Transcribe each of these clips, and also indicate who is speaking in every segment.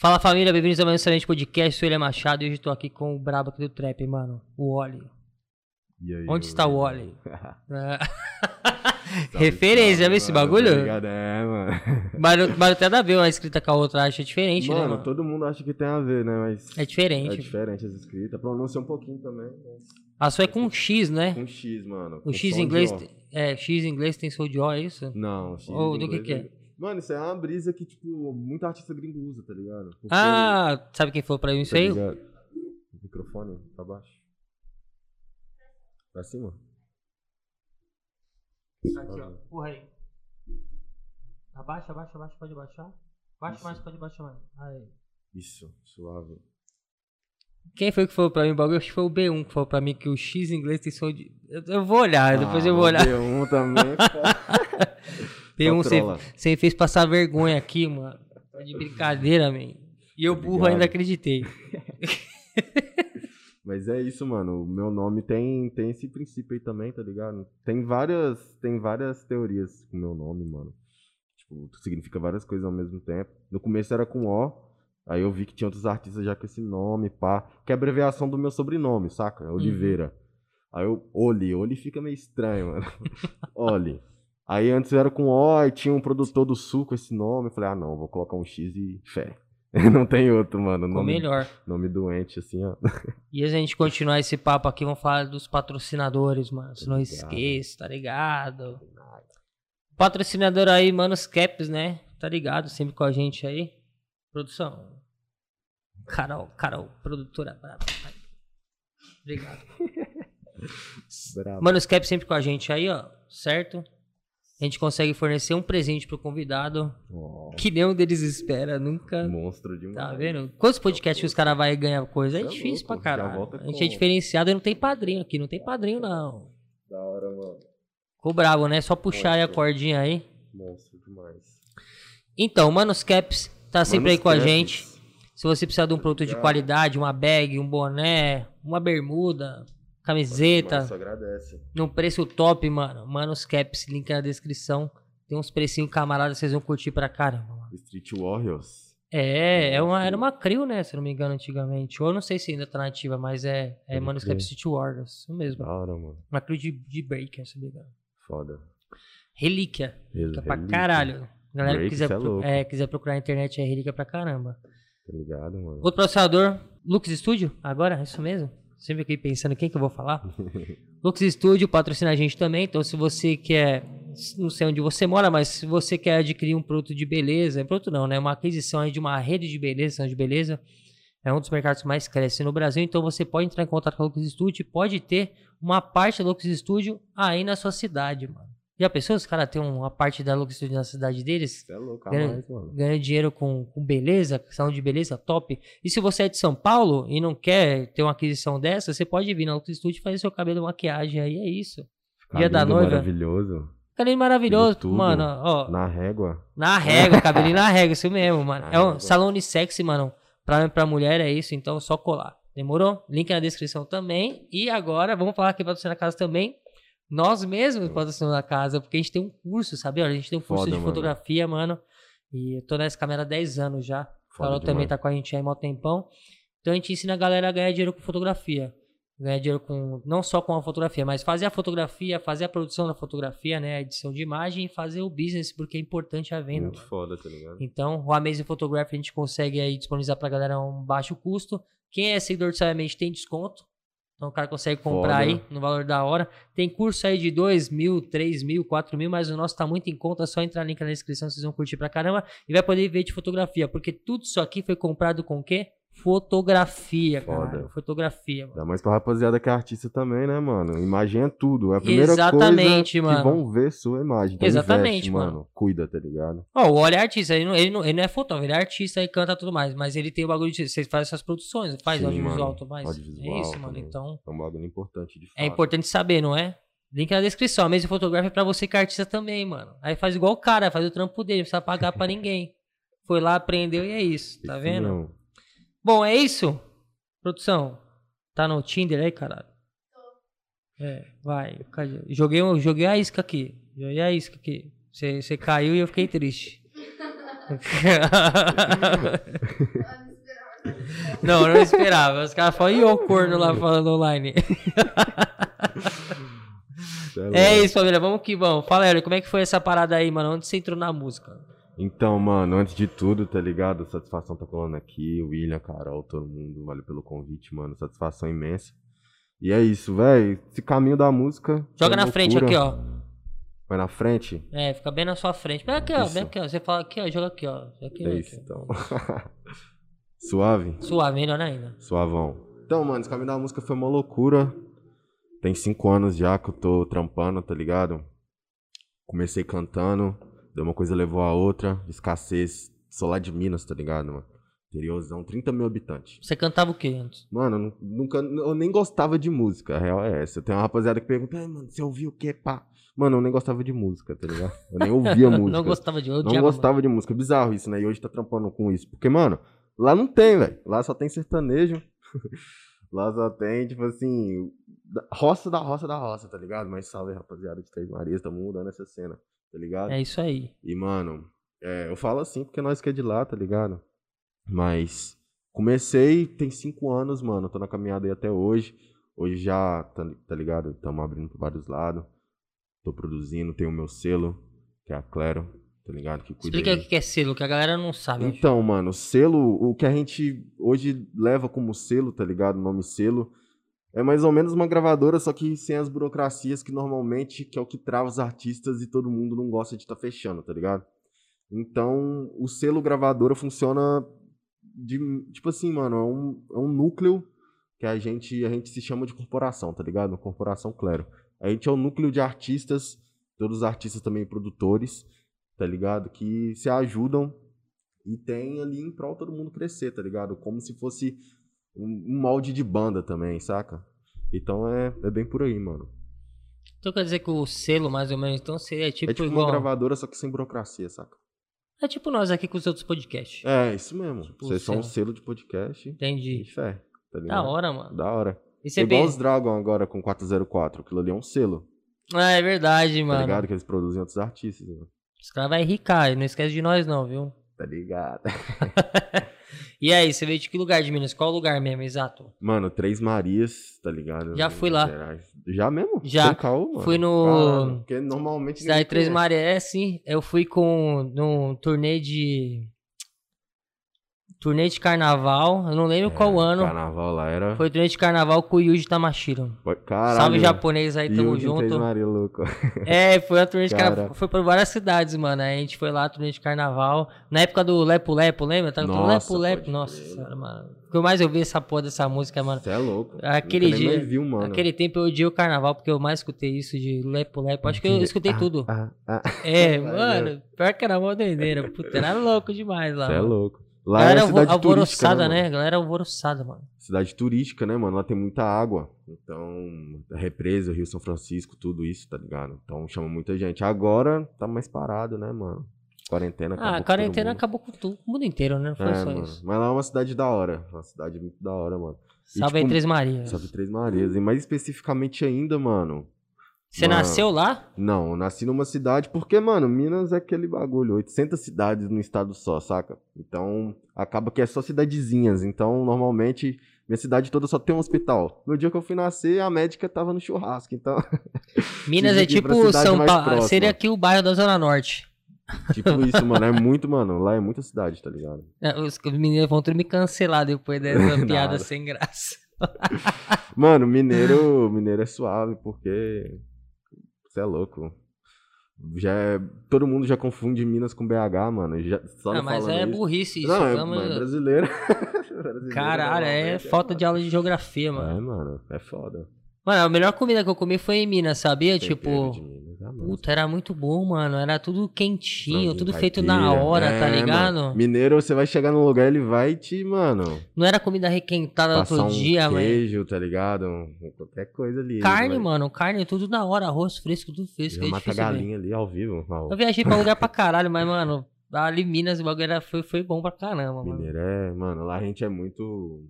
Speaker 1: Fala família, bem-vindos a mais um excelente podcast. Sou William Machado e hoje tô aqui com o brabo aqui do trap, mano. O Oli.
Speaker 2: E aí,
Speaker 1: Onde está o Oli? É.
Speaker 2: Salve,
Speaker 1: Referência,
Speaker 2: salve,
Speaker 1: viu esse
Speaker 2: mano.
Speaker 1: bagulho?
Speaker 2: Obrigado, é, mano.
Speaker 1: Mas não- mas não tem nada a ver uma escrita com a outra, acha diferente,
Speaker 2: mano,
Speaker 1: né? Mano?
Speaker 2: todo mundo acha que tem a ver, né? Mas
Speaker 1: É diferente.
Speaker 2: é diferente as escritas. A Pronúncia um pouquinho também. mas
Speaker 1: A sua é com X, né?
Speaker 2: Com X, mano.
Speaker 1: O
Speaker 2: com
Speaker 1: X
Speaker 2: som
Speaker 1: em inglês.
Speaker 2: de O.
Speaker 1: É, X em inglês tem som de O, é isso?
Speaker 2: Não, X
Speaker 1: Ou
Speaker 2: em
Speaker 1: do que
Speaker 2: inglês
Speaker 1: que é?
Speaker 2: Mano, isso é uma brisa que, tipo, muita artista gringo usa, tá ligado? Porque-
Speaker 1: Ah, sabe quem falou pra mim isso
Speaker 2: tá
Speaker 1: aí?
Speaker 2: ligado? O microfone pra baixo. Pra cima?
Speaker 1: Aqui, ó. Porra aí. Abaixa, abaixa, abaixa, pode baixar. Baixa
Speaker 2: Isso.
Speaker 1: mais, pode baixar mais. Aí.
Speaker 2: Isso, suave.
Speaker 1: Quem foi que falou pra mim o bagulho? Acho que foi o B1 que falou pra mim que o X em inglês tem som de. Eu, eu vou olhar,
Speaker 2: Ah,
Speaker 1: depois eu vou olhar.
Speaker 2: Um também, pô.
Speaker 1: B1, você-
Speaker 2: trola.
Speaker 1: você me fez passar vergonha aqui, mano. Tá de brincadeira, man. E eu burro
Speaker 2: Obrigado.
Speaker 1: ainda acreditei.
Speaker 2: Mas é isso, mano. O meu nome tem, tem esse princípio aí também, tá ligado? Tem várias, tem várias teorias com o meu nome, mano. Tipo, significa várias coisas ao mesmo tempo. No começo era com O, aí eu vi que tinha outros artistas já com esse nome, pá. Que é a abreviação do meu sobrenome, saca?
Speaker 1: Uhum.
Speaker 2: É Oliveira. Aí eu, Oli, Oli fica meio estranho, mano. Oli. Aí antes era com O, e tinha um produtor do Sul com esse nome. Eu falei, ah não, vou colocar um X e fé. Não tem outro, mano.
Speaker 1: Ficou
Speaker 2: Nome,
Speaker 1: melhor.
Speaker 2: nome doente, assim, ó.
Speaker 1: E antes a gente continuar esse papo aqui, vamos falar dos patrocinadores, mano. Se não
Speaker 2: ligado.
Speaker 1: esqueça, tá ligado? Patrocinador aí, Manos Caps, né? Tá ligado? Sempre com a gente aí. Produção. Carol, Carol, produtora brava. Obrigado.
Speaker 2: Brabo.
Speaker 1: Manos Caps sempre com a gente aí, ó. Certo? A gente consegue fornecer um presente pro convidado.
Speaker 2: Ó,
Speaker 1: Que nenhum deles espera, nunca.
Speaker 2: monstro demais.
Speaker 1: Tá vendo? Quantos podcasts que os caras vai ganhar coisa? É
Speaker 2: Cê é
Speaker 1: difícil pra
Speaker 2: louco, já
Speaker 1: caralho.
Speaker 2: volta
Speaker 1: A gente
Speaker 2: com- É.
Speaker 1: é diferenciado e não tem padrinho aqui, não tem padrinho não.
Speaker 2: Da hora, mano.
Speaker 1: Ficou bravo, né? Só puxar aí a
Speaker 2: Monstro.
Speaker 1: cordinha aí.
Speaker 2: Monstro demais.
Speaker 1: Então, Manos Caps tá sempre aí com a
Speaker 2: Manuscritos.
Speaker 1: gente. Se você precisar de um produto de
Speaker 2: Obrigado.
Speaker 1: qualidade, uma bag, um boné, uma bermuda,
Speaker 2: Mas
Speaker 1: camiseta,
Speaker 2: Só agradece.
Speaker 1: num preço top, mano. Manos Caps, link na descrição. Tem uns precinhos camarada, vocês vão curtir pra caramba. mano.
Speaker 2: Street Warriors.
Speaker 1: É, é uma, era uma CRIO, né? Se eu não me engano, antigamente. Ou eu não sei se ainda tá nativa, mas é, é
Speaker 2: Pode
Speaker 1: Manuscript
Speaker 2: crer.
Speaker 1: City Warriors. Isso mesmo.
Speaker 2: Da hora, mano.
Speaker 1: Uma CRIO de, de Breaker, se eu não me engano.
Speaker 2: Foda.
Speaker 1: Relíquia. Que é
Speaker 2: Relíquia.
Speaker 1: pra caralho. Galera que
Speaker 2: Break,
Speaker 1: quiser,
Speaker 2: cê é
Speaker 1: pro-
Speaker 2: louco.
Speaker 1: é, quiser procurar na internet é relíquia pra caramba.
Speaker 2: Tá ligado, mano?
Speaker 1: Outro processador, Lux Studio, agora? É isso mesmo? Sempre aqui pensando quem que eu vou falar. Lux Studio patrocina a gente também, então se você quer, não sei onde você mora, mas se você quer adquirir um produto de beleza, produto não, né? Uma aquisição aí de uma rede de beleza, salão de beleza, é um dos mercados que mais cresce no Brasil, então você pode entrar em contato com a Lux Studio e pode ter uma parte da Lux Studio aí na sua cidade, mano. Já pensou os caras têm uma parte da Lux Studio na cidade deles?
Speaker 2: Você é louco, a
Speaker 1: Grande-
Speaker 2: mais, mano.
Speaker 1: ganha dinheiro com, com beleza, salão de beleza top. E se você é de São Paulo e não quer ter uma aquisição dessa, você pode vir na Lux Studio fazer seu cabelo maquiagem aí, é isso. Dia da
Speaker 2: Cabelo
Speaker 1: noiva.
Speaker 2: Maravilhoso.
Speaker 1: Cabelinho maravilhoso,
Speaker 2: Tudo.
Speaker 1: mano, ó,
Speaker 2: Na régua.
Speaker 1: na régua, cabelinho na régua, isso mesmo, mano.
Speaker 2: Na
Speaker 1: É um
Speaker 2: régua.
Speaker 1: salão unissex, mano, pra homem e pra mulher é isso, então é só colar. Demorou? Link na descrição também. E agora, vamos falar que patrocina a casa também. Nós mesmos patrocinamos a casa, porque a gente tem um curso, sabe? Olha, a gente tem um curso
Speaker 2: Foda,
Speaker 1: de
Speaker 2: mano.
Speaker 1: fotografia, mano. E eu tô nessa câmera há 10 anos já.
Speaker 2: Foda
Speaker 1: Carol também
Speaker 2: demais.
Speaker 1: tá com a gente aí há mó tempão. Então a gente ensina a galera a ganhar dinheiro com fotografia. Ganhar dinheiro com não só com a fotografia, mas fazer a fotografia, fazer a produção da fotografia, né? A edição de imagem e fazer o business, porque é importante a venda.
Speaker 2: Muito foda, tá ligado?
Speaker 1: Então, o Amazing Photography a gente consegue aí disponibilizar pra galera a um baixo custo. Quem é seguidor do Sabiamente tem desconto. Então o cara consegue comprar
Speaker 2: Foda.
Speaker 1: aí no valor da hora. Tem curso aí de 2 mil, 3 mil, 4 mil, mas o nosso tá muito em conta. É só entrar link na descrição, vocês vão curtir pra caramba. E vai poder ver de fotografia, porque tudo isso aqui foi comprado com o quê? Fotografia,
Speaker 2: Foda.
Speaker 1: cara. Fotografia, mano.
Speaker 2: Ainda mais pra rapaziada que é artista também, né, mano? Imagem é tudo. É a primeira
Speaker 1: Exatamente,
Speaker 2: coisa
Speaker 1: mano.
Speaker 2: que vão ver sua imagem. Então
Speaker 1: Exatamente,
Speaker 2: investe,
Speaker 1: mano.
Speaker 2: Cuida, tá ligado?
Speaker 1: Ó, o Oli é artista, ele não, ele, não, ele não é fotógrafo, ele é artista e canta tudo mais, mas ele tem o bagulho de. Vocês fazem essas produções, faz
Speaker 2: Sim,
Speaker 1: audiovisual
Speaker 2: mano.
Speaker 1: e tudo mais. é
Speaker 2: Audiovisual
Speaker 1: isso, mano.
Speaker 2: também.
Speaker 1: Então.
Speaker 2: É um bagulho importante, de fato.
Speaker 1: É importante saber, não é? Link na descrição. A mesa fotográfica é pra você que é artista também, mano. Aí faz igual o cara, faz o trampo dele, não precisa pagar pra ninguém. Foi lá, aprendeu e é isso, tá
Speaker 2: Isso
Speaker 1: vendo?
Speaker 2: mesmo.
Speaker 1: Bom, é isso? Produção, tá no Tinder aí, caralho? É, vai. cadê? um, Joguei, joguei a isca aqui. Joguei a isca aqui. Você caiu e eu fiquei triste. não, eu não esperava. Os caras falam, e o corno lá falando online. É isso, família. Vamos que vamos. Fala, Hélio, como é que foi essa parada aí, mano? Onde você entrou na música?
Speaker 2: Então, mano, antes de tudo, tá ligado? Satisfação tá colando aqui, William, Carol, todo mundo, valeu pelo convite, mano, satisfação imensa. E é isso, velho, esse caminho da música.
Speaker 1: Joga
Speaker 2: é
Speaker 1: na frente aqui,
Speaker 2: loucura.
Speaker 1: ó.
Speaker 2: Vai na frente?
Speaker 1: É, fica bem na sua frente. Bem aqui, ó.
Speaker 2: Isso.
Speaker 1: Bem aqui, ó. Você fala aqui, ó. Joga aqui, ó. Aqui,
Speaker 2: É
Speaker 1: aqui,
Speaker 2: isso,
Speaker 1: ó.
Speaker 2: então. Suave?
Speaker 1: Suave, melhor ainda.
Speaker 2: Suavão. Então, mano, esse caminho da música foi uma loucura. Tem cinco anos já que eu tô trampando, tá ligado? Comecei cantando, daí uma coisa levou a outra. Escassez, sou lá de Minas, tá ligado, mano? Interiorzão, 30 mil habitantes.
Speaker 1: Você cantava o que antes?
Speaker 2: Mano, eu nu- nunca, eu nem gostava de música, a real é essa. Tem uma rapaziada que pergunta, ai, mano, você ouviu o quê, pá? Mano, eu nem gostava de música, tá ligado? Eu nem ouvia música.
Speaker 1: Não gostava de eu
Speaker 2: Não gostava de música. Bizarro isso, né? E hoje tá trampando com isso. Porque, mano, lá não tem, velho. Lá só tem sertanejo. lá só tem, tipo assim, da- roça da roça da roça, tá ligado? Mas salve, rapaziada de Três Marias, tamo mudando essa cena, tá ligado?
Speaker 1: É isso aí.
Speaker 2: E, mano, é, eu falo assim porque nós que é de lá, tá ligado? Mas comecei tem cinco anos, mano. Tô na caminhada aí até hoje. Hoje já, tá, tá ligado? Tamo abrindo pra vários lados. Tô produzindo, tenho o meu selo, que é a Clero, tá ligado? Que cuida
Speaker 1: Explica
Speaker 2: aí.
Speaker 1: o que que é selo, que a galera não sabe. eu acho.
Speaker 2: Então, mano, selo, o que a gente hoje leva como selo, tá ligado? O nome selo. É mais ou menos uma gravadora, só que sem as burocracias que normalmente que é o que trava os artistas e todo mundo não gosta de estar fechando, tá ligado? Então, o selo gravadora funciona de tipo assim, mano, é um, é um núcleo que a gente a gente se chama de corporação, tá ligado? Corporação Clero. A gente é um núcleo de artistas, todos os artistas também produtores, tá ligado? Que se ajudam e tem ali em prol todo mundo crescer, tá ligado? Como se fosse um um molde de banda também, saca? Então é, é bem por aí, mano.
Speaker 1: Então quer dizer que o selo, mais ou menos, então seria tipo,
Speaker 2: é tipo
Speaker 1: igual.
Speaker 2: uma gravadora, só que sem burocracia, saca?
Speaker 1: É tipo nós aqui com os outros podcasts.
Speaker 2: É, isso mesmo.
Speaker 1: Tipo,
Speaker 2: Vocês são
Speaker 1: sei lá.
Speaker 2: um selo de podcast e
Speaker 1: Entendi.
Speaker 2: fé, tá ligado?
Speaker 1: Da hora, mano.
Speaker 2: Da hora.
Speaker 1: E você
Speaker 2: É igual
Speaker 1: pensa-
Speaker 2: os Dragon agora com 404. Aquilo ali é um selo,
Speaker 1: Ah, é verdade,
Speaker 2: tá
Speaker 1: mano.
Speaker 2: ligado? Que eles produzem outros artistas, mano.
Speaker 1: Os caras vão enricar, não esquece de nós não, viu?
Speaker 2: Tá ligado?
Speaker 1: E aí, você veio de que lugar de Minas? Qual lugar mesmo, exato?
Speaker 2: Mano, Três Marias, tá ligado?
Speaker 1: Já
Speaker 2: Em
Speaker 1: fui lá.
Speaker 2: Minas Gerais. Já mesmo?
Speaker 1: Já.
Speaker 2: Sem caô, mano.
Speaker 1: Fui no-
Speaker 2: Caralho, porque normalmente.
Speaker 1: Cidade
Speaker 2: ninguém
Speaker 1: Três
Speaker 2: conhece.
Speaker 1: Marés, sim. Eu fui com num turnê de turnê de carnaval, eu não lembro
Speaker 2: É,
Speaker 1: qual ano.
Speaker 2: Carnaval lá era.
Speaker 1: Foi turnê de carnaval com o Yuji Tamashiro.
Speaker 2: Foi- Caralho.
Speaker 1: Salve japonês aí, tamo
Speaker 2: Yuji Três
Speaker 1: junto.
Speaker 2: Maria, louco.
Speaker 1: É, foi a turnê de
Speaker 2: Cara.
Speaker 1: carnaval. Foi pra várias cidades, mano. Aí a gente foi lá, turnê de carnaval. Na época do Lepo Lepo, lembra? Tava todo
Speaker 2: Nossa,
Speaker 1: Lepo Lepo.
Speaker 2: pode
Speaker 1: Nossa
Speaker 2: crer.
Speaker 1: senhora, mano. O que eu mais eu vi essa porra dessa música, mano.
Speaker 2: Você é louco.
Speaker 1: Aquele
Speaker 2: Nunca nem
Speaker 1: dia-
Speaker 2: mais viu, mano.
Speaker 1: Naquele tempo eu odiei o carnaval, porque eu mais escutei isso de Lepo Lepo. Acho que eu
Speaker 2: Entendi.
Speaker 1: escutei
Speaker 2: Ah,
Speaker 1: tudo.
Speaker 2: Ah, ah.
Speaker 1: É,
Speaker 2: Vai,
Speaker 1: mano, pior que era mó doideira. Puta, era louco demais lá.
Speaker 2: Você é
Speaker 1: mano.
Speaker 2: louco.
Speaker 1: A
Speaker 2: Lá
Speaker 1: Tá. galera
Speaker 2: é cidade turística,
Speaker 1: alvoroçada,
Speaker 2: né,
Speaker 1: né?
Speaker 2: mano?
Speaker 1: A Galera alvoroçada, mano.
Speaker 2: Cidade turística, né, mano? Lá tem muita água. Então, represa, Rio São Francisco, tudo isso, tá ligado? Então chama muita gente. Agora tá mais parado, né, mano? Quarentena acabou.
Speaker 1: Ah, a
Speaker 2: com
Speaker 1: quarentena
Speaker 2: todo mundo.
Speaker 1: acabou com tudo, o mundo inteiro, né? Não foi
Speaker 2: É,
Speaker 1: só
Speaker 2: mano.
Speaker 1: isso.
Speaker 2: Mas lá é uma cidade da hora. Uma cidade muito da hora, mano. E,
Speaker 1: Salve aí,
Speaker 2: tipo,
Speaker 1: Três Marias.
Speaker 2: Salve Três Marias. E mais especificamente ainda, mano,
Speaker 1: Você
Speaker 2: mano.
Speaker 1: nasceu lá?
Speaker 2: Não, eu nasci numa cidade, porque, mano, Minas é aquele bagulho, 800 cidades num estado só, saca? Então, acaba que é só cidadezinhas, então, normalmente, minha cidade toda só tem um hospital. No dia que eu fui nascer, a médica tava no churrasco, então,
Speaker 1: Minas é
Speaker 2: Tive que ir pra
Speaker 1: tipo
Speaker 2: cidade
Speaker 1: São
Speaker 2: mais
Speaker 1: Paulo.
Speaker 2: próxima.
Speaker 1: Seria aqui o bairro da Zona Norte.
Speaker 2: tipo isso, mano, é muito, mano, lá é muita cidade, tá ligado?
Speaker 1: É, Os meninos vão tudo me cancelar depois dessa piada
Speaker 2: Nada.
Speaker 1: sem graça.
Speaker 2: Mano, mineiro, mineiro é suave, porque, você é louco. Já é- todo mundo já confunde Minas com BH, mano, já, só não,
Speaker 1: Ah, mas
Speaker 2: falando
Speaker 1: é
Speaker 2: isso.
Speaker 1: burrice isso.
Speaker 2: Não, é,
Speaker 1: vamos-
Speaker 2: mas é brasileiro. Brasileiro,
Speaker 1: Caralho, é
Speaker 2: normalmente,
Speaker 1: falta de aula de geografia, mano.
Speaker 2: É, mano, é foda.
Speaker 1: Mano, a melhor comida que eu comi foi em Minas, sabia?
Speaker 2: Tempero
Speaker 1: Tipo,
Speaker 2: de Minas, ah, mano.
Speaker 1: Puta, era muito bom, mano. Era tudo quentinho,
Speaker 2: Franguinho
Speaker 1: tudo feito
Speaker 2: caipira.
Speaker 1: na hora, tá
Speaker 2: É,
Speaker 1: ligado?
Speaker 2: mano. Mineiro, você vai chegar num lugar, ele vai te, mano,
Speaker 1: Não era comida requentada
Speaker 2: passar
Speaker 1: outro
Speaker 2: um
Speaker 1: dia, velho.
Speaker 2: queijo, tá ligado? Um- qualquer coisa ali. ele
Speaker 1: Carne,
Speaker 2: vai-
Speaker 1: mano, carne tudo na hora, arroz fresco, tudo fresco.
Speaker 2: Já
Speaker 1: é
Speaker 2: mata a
Speaker 1: difícil, velho.
Speaker 2: galinha ali ao vivo. mal.
Speaker 1: Eu viajei pra lugar pra caralho, mas, mano, ali em Minas o bagulho era- foi, foi bom pra caramba, mano.
Speaker 2: Mineiro é, mano, lá a gente é muito,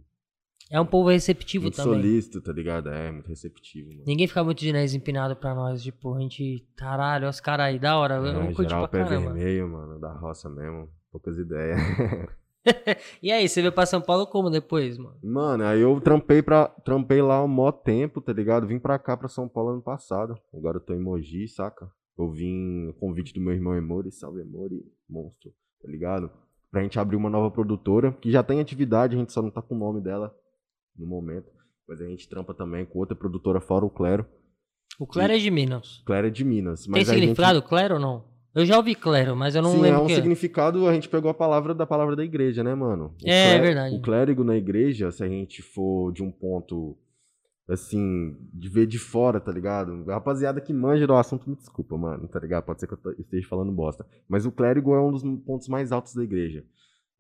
Speaker 1: É um povo receptivo
Speaker 2: muito
Speaker 1: também.
Speaker 2: solícito, tá ligado? É, muito receptivo, mano.
Speaker 1: Ninguém fica muito de nariz empinado pra nós, tipo, a gente, caralho, olha os caras aí, da hora, eu
Speaker 2: É,
Speaker 1: curti
Speaker 2: geral,
Speaker 1: pra
Speaker 2: pé
Speaker 1: caramba.
Speaker 2: vermelho, mano, da roça mesmo. Poucas ideias.
Speaker 1: E aí, você veio pra São Paulo como depois, mano?
Speaker 2: Mano, aí eu trampei, pra, trampei lá um mó tempo, tá ligado? Vim pra cá, pra São Paulo ano passado. Agora eu tô em Mogi, saca? Eu vim, convite do meu irmão Emori, salve Emori, monstro, tá ligado? Pra gente abrir uma nova produtora, que já tem atividade, a gente só não tá com o nome dela no momento. Mas a gente trampa também com outra produtora fora o Clero.
Speaker 1: O Clero é de Minas.
Speaker 2: Clero é de Minas.
Speaker 1: Tem
Speaker 2: Mas a gente-
Speaker 1: significado Clero ou não? Eu já ouvi Clero, mas eu não
Speaker 2: Sim, é
Speaker 1: lembro
Speaker 2: um
Speaker 1: o que é.
Speaker 2: significado, a gente pegou a palavra da palavra da igreja, né, mano? O
Speaker 1: É,
Speaker 2: clé-
Speaker 1: verdade.
Speaker 2: O clérigo na igreja, se a gente for de um ponto, assim, de ver de fora, tá ligado? A rapaziada que manja do assunto, me desculpa, mano, tá ligado? Pode ser que eu tô- esteja falando bosta. Mas o clérigo é um dos pontos mais altos da igreja.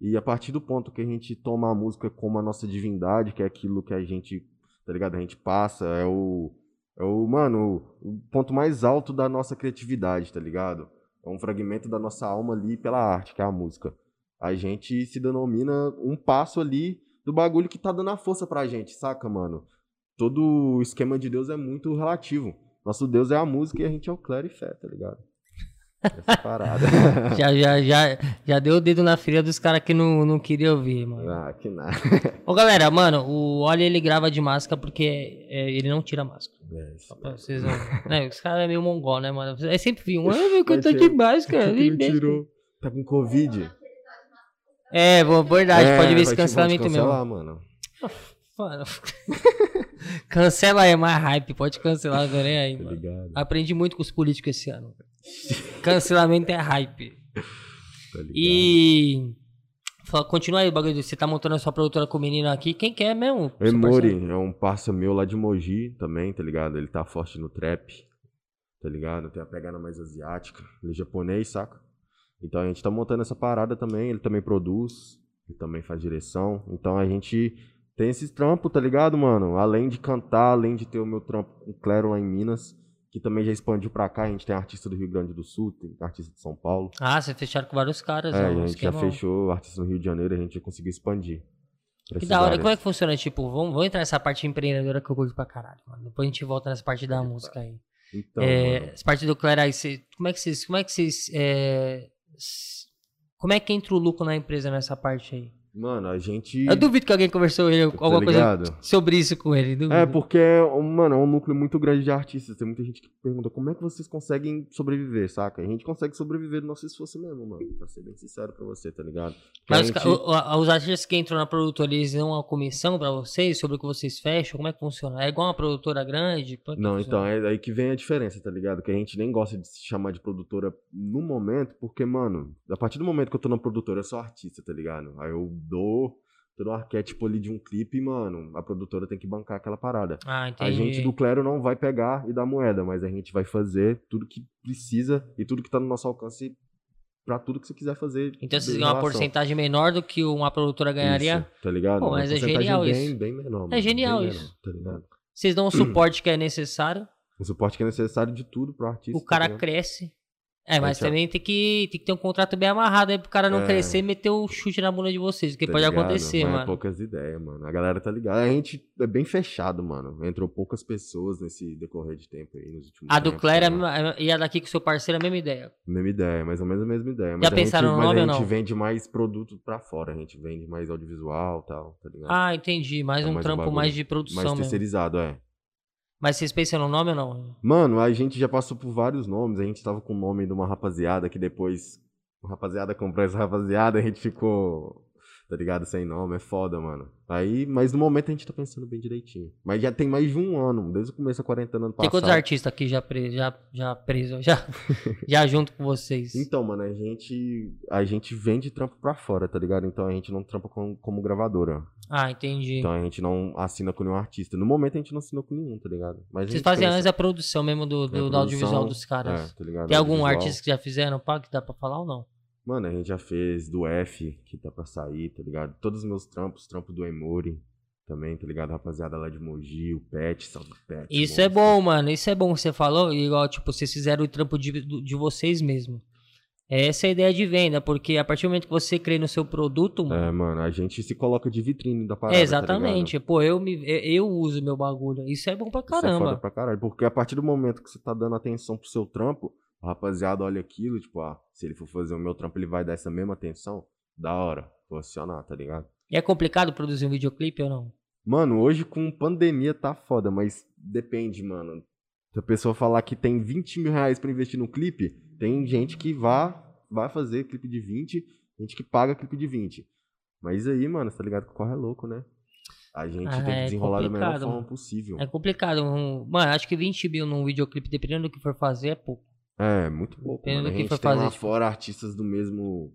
Speaker 2: E a partir do ponto que a gente toma a música como a nossa divindade, que é aquilo que a gente, tá ligado? A gente passa, é o. É o, mano, o ponto mais alto da nossa criatividade, tá ligado? É um fragmento da nossa alma ali pela arte, que é a música. A gente se denomina um passo ali do bagulho que tá dando a força pra gente, saca, mano? Todo o esquema de Deus é muito relativo. Nosso Deus é a música e a gente é o clero e fé, tá ligado? Essa parada.
Speaker 1: Já, já, já, já deu o dedo na ferida dos caras que não, não queria ouvir, mano.
Speaker 2: ah, que nada.
Speaker 1: Ô, galera, mano, o Oli ele grava de máscara porque é, ele não tira máscara.
Speaker 2: É, isso.
Speaker 1: Pra Vocês não... né, os caras é meio mongol, né, mano? É sempre vi um, ah, meu, que eu
Speaker 2: Mas
Speaker 1: tô de
Speaker 2: tira-
Speaker 1: máscara.
Speaker 2: Ele
Speaker 1: nem-
Speaker 2: tirou. Tá com Covid?
Speaker 1: É, bom, verdade, pode ver esse cancelamento
Speaker 2: mesmo.
Speaker 1: mesmo.
Speaker 2: mano.
Speaker 1: Mano, cancela aí, é mais hype, pode cancelar, não tô nem aí,
Speaker 2: Tá
Speaker 1: mano.
Speaker 2: ligado?
Speaker 1: Aprendi muito com os políticos esse ano. Cancelamento é hype.
Speaker 2: Tá ligado. Então.
Speaker 1: E. Fala- Continua aí o bagulho. Você tá montando a sua produtora com o menino aqui. Quem quer mesmo?
Speaker 2: O Emori é um parça meu lá de Mogi também, tá ligado? Ele tá forte no trap, tá ligado? Tem a pegada mais asiática. Ele é japonês, saca? Então a gente tá montando essa parada também. Ele também produz, ele também faz direção. Então a gente tem esses trampos, tá ligado, mano? Além de cantar, além de ter o meu trampo com o Clero lá em Minas, que também já expandiu pra cá. A gente tem artista do Rio Grande do Sul, tem artista de São Paulo.
Speaker 1: Ah, você fecharam com vários caras.
Speaker 2: É,
Speaker 1: né?
Speaker 2: a
Speaker 1: Um
Speaker 2: gente já
Speaker 1: esquema-
Speaker 2: fechou artista no Rio de Janeiro, a gente já conseguiu expandir.
Speaker 1: Que
Speaker 2: pra esses
Speaker 1: da hora.
Speaker 2: áreas.
Speaker 1: Como é que funciona? Tipo, vamos, vamos entrar nessa parte empreendedora que eu curto pra caralho, mano. Depois a gente volta nessa parte da música aí.
Speaker 2: Então,
Speaker 1: É,
Speaker 2: mano.
Speaker 1: essa parte do Clara aí, você- como é que vocês. Como é que vocês. é, s- como é que entra o lucro na empresa nessa parte aí?
Speaker 2: Mano, a gente.
Speaker 1: Eu duvido que alguém conversou ele,
Speaker 2: Tá
Speaker 1: É alguma coisa
Speaker 2: ligado?
Speaker 1: sobre isso com ele. Duvido.
Speaker 2: É, porque, mano, é um núcleo muito grande de artistas. Tem muita gente que pergunta como é que vocês conseguem sobreviver, saca? A gente consegue sobreviver do nosso esforço mesmo, mano. Pra ser bem sincero pra você, tá ligado? Porque a
Speaker 1: Mas os
Speaker 2: gente-
Speaker 1: ca- o- a- os artistas que entram na produtora, eles dão uma comissão pra vocês sobre o que vocês fecham? Como é que funciona? É igual uma produtora grande? Como é que
Speaker 2: Não,
Speaker 1: funciona?
Speaker 2: então, é aí que vem a diferença, tá ligado? Que a gente nem gosta de se chamar de produtora no momento, porque, mano, a partir do momento que eu tô na produtora, eu sou artista, tá ligado? Aí eu dou todo o arquétipo ali de um clipe, mano, a produtora tem que bancar aquela parada.
Speaker 1: Ah,
Speaker 2: A
Speaker 1: entendi.
Speaker 2: gente do clero não vai pegar e dar moeda, mas a gente vai fazer tudo que precisa e tudo que tá no nosso alcance pra tudo que você quiser fazer.
Speaker 1: Então vocês
Speaker 2: em
Speaker 1: ganham uma
Speaker 2: relação.
Speaker 1: porcentagem menor do que uma produtora ganharia.
Speaker 2: Isso, tá ligado?
Speaker 1: Pô,
Speaker 2: Uma
Speaker 1: mas é
Speaker 2: porcentagem
Speaker 1: genial
Speaker 2: bem,
Speaker 1: isso.
Speaker 2: Bem menor, mano,
Speaker 1: É genial
Speaker 2: bem
Speaker 1: isso.
Speaker 2: menor, tá ligado?
Speaker 1: Vocês dão o suporte que é necessário,
Speaker 2: O suporte que é necessário de tudo pro artista.
Speaker 1: o cara
Speaker 2: tá ligado?
Speaker 1: cresce. É, mas
Speaker 2: tchau.
Speaker 1: também tem que, tem que ter um contrato bem amarrado aí pro cara não
Speaker 2: É.
Speaker 1: crescer e meter o chute na bunda de vocês, que
Speaker 2: Tá
Speaker 1: pode
Speaker 2: ligado?
Speaker 1: acontecer,
Speaker 2: Mas É
Speaker 1: mano.
Speaker 2: poucas ideias, mano. A galera tá ligada. A gente é bem fechado, mano. Entrou poucas pessoas nesse decorrer de tempo aí, nos últimos
Speaker 1: A do é
Speaker 2: tempos,
Speaker 1: Clara
Speaker 2: tá ligado?
Speaker 1: e a daqui com seu parceiro é a mesma ideia.
Speaker 2: Mesma ideia, mais ou menos a mesma ideia. Mas a
Speaker 1: pensaram no
Speaker 2: gente, mas
Speaker 1: nome
Speaker 2: a
Speaker 1: ou
Speaker 2: gente
Speaker 1: não?
Speaker 2: vende mais produto pra fora, a gente vende mais audiovisual e tal, tá ligado?
Speaker 1: Ah, entendi. Mais
Speaker 2: É
Speaker 1: um
Speaker 2: mais um
Speaker 1: trampo
Speaker 2: bagulho.
Speaker 1: mais de
Speaker 2: mais
Speaker 1: produção mesmo.
Speaker 2: terceirizado, é.
Speaker 1: Mas vocês pensam no nome ou não?
Speaker 2: Mano, a gente já passou por vários nomes, a gente tava com o nome de uma rapaziada que depois uma rapaziada comprou essa rapaziada, a gente ficou, tá ligado, sem nome, é foda, mano. Aí, mas no momento a gente tá pensando bem direitinho. Mas já tem mais de um ano, desde o começo da quarentena ano
Speaker 1: Tem
Speaker 2: passado.
Speaker 1: quantos artistas aqui já preso, já, já preso, já, já junto com vocês?
Speaker 2: Então, mano, a gente, a gente vende trampo pra fora, tá ligado? Então a gente não trampa com- como gravadora.
Speaker 1: Ah, entendi.
Speaker 2: Então a gente não assina com nenhum artista. No momento a gente não assinou com nenhum, tá ligado? Mas a
Speaker 1: vocês
Speaker 2: gente
Speaker 1: fazem
Speaker 2: pensa-
Speaker 1: antes a produção mesmo do, do,
Speaker 2: É,
Speaker 1: do audiovisual
Speaker 2: produção,
Speaker 1: dos caras.
Speaker 2: É, tá ligado?
Speaker 1: Tem algum
Speaker 2: Audiovisual.
Speaker 1: artista que já fizeram, pá, que dá pra falar ou não?
Speaker 2: Mano, a gente já fez do F, que tá pra sair, tá ligado? Todos os meus trampos, trampo do Emori também, tá ligado? Rapaziada lá de Mogi, o Pet, salve Pet.
Speaker 1: Isso é
Speaker 2: monstro.
Speaker 1: bom, mano. Isso é bom que você falou. e Igual, tipo, vocês fizeram o trampo de, do- de vocês mesmo. Essa é a ideia de venda, porque a partir do momento que você crê no seu produto, mano,
Speaker 2: É, mano, a gente se coloca de vitrine da parada.
Speaker 1: é
Speaker 2: tá ligado?
Speaker 1: exatamente. Pô, eu, me, eu eu uso meu bagulho. Isso é bom pra
Speaker 2: Isso é foda
Speaker 1: caramba.
Speaker 2: pra caralho, porque a partir do momento que você tá dando atenção pro seu trampo, A rapaziada olha aquilo, tipo, ah, se ele for fazer o meu trampo, ele vai dar essa mesma atenção. Da hora. Vou acionar, tá ligado?
Speaker 1: E é complicado produzir um videoclipe ou não?
Speaker 2: Mano, hoje com pandemia tá foda, mas depende, mano. Se a pessoa falar que tem 20 mil reais pra investir no clipe, tem gente que vá, vai fazer clipe de 20, gente que paga clipe de 20. Mas aí, mano, você tá ligado que o corre é louco, né? A gente
Speaker 1: Ah,
Speaker 2: tem que
Speaker 1: é
Speaker 2: desenrolar da melhor
Speaker 1: complicado,
Speaker 2: forma
Speaker 1: mano.
Speaker 2: possível.
Speaker 1: É complicado. um- Mano, acho que 20 mil num videoclipe, dependendo do que for fazer, é pouco.
Speaker 2: É, muito pouco.
Speaker 1: Dependendo
Speaker 2: mano.
Speaker 1: do
Speaker 2: a
Speaker 1: que
Speaker 2: gente
Speaker 1: for
Speaker 2: tem lá
Speaker 1: fazer, tipo-
Speaker 2: fora artistas do mesmo,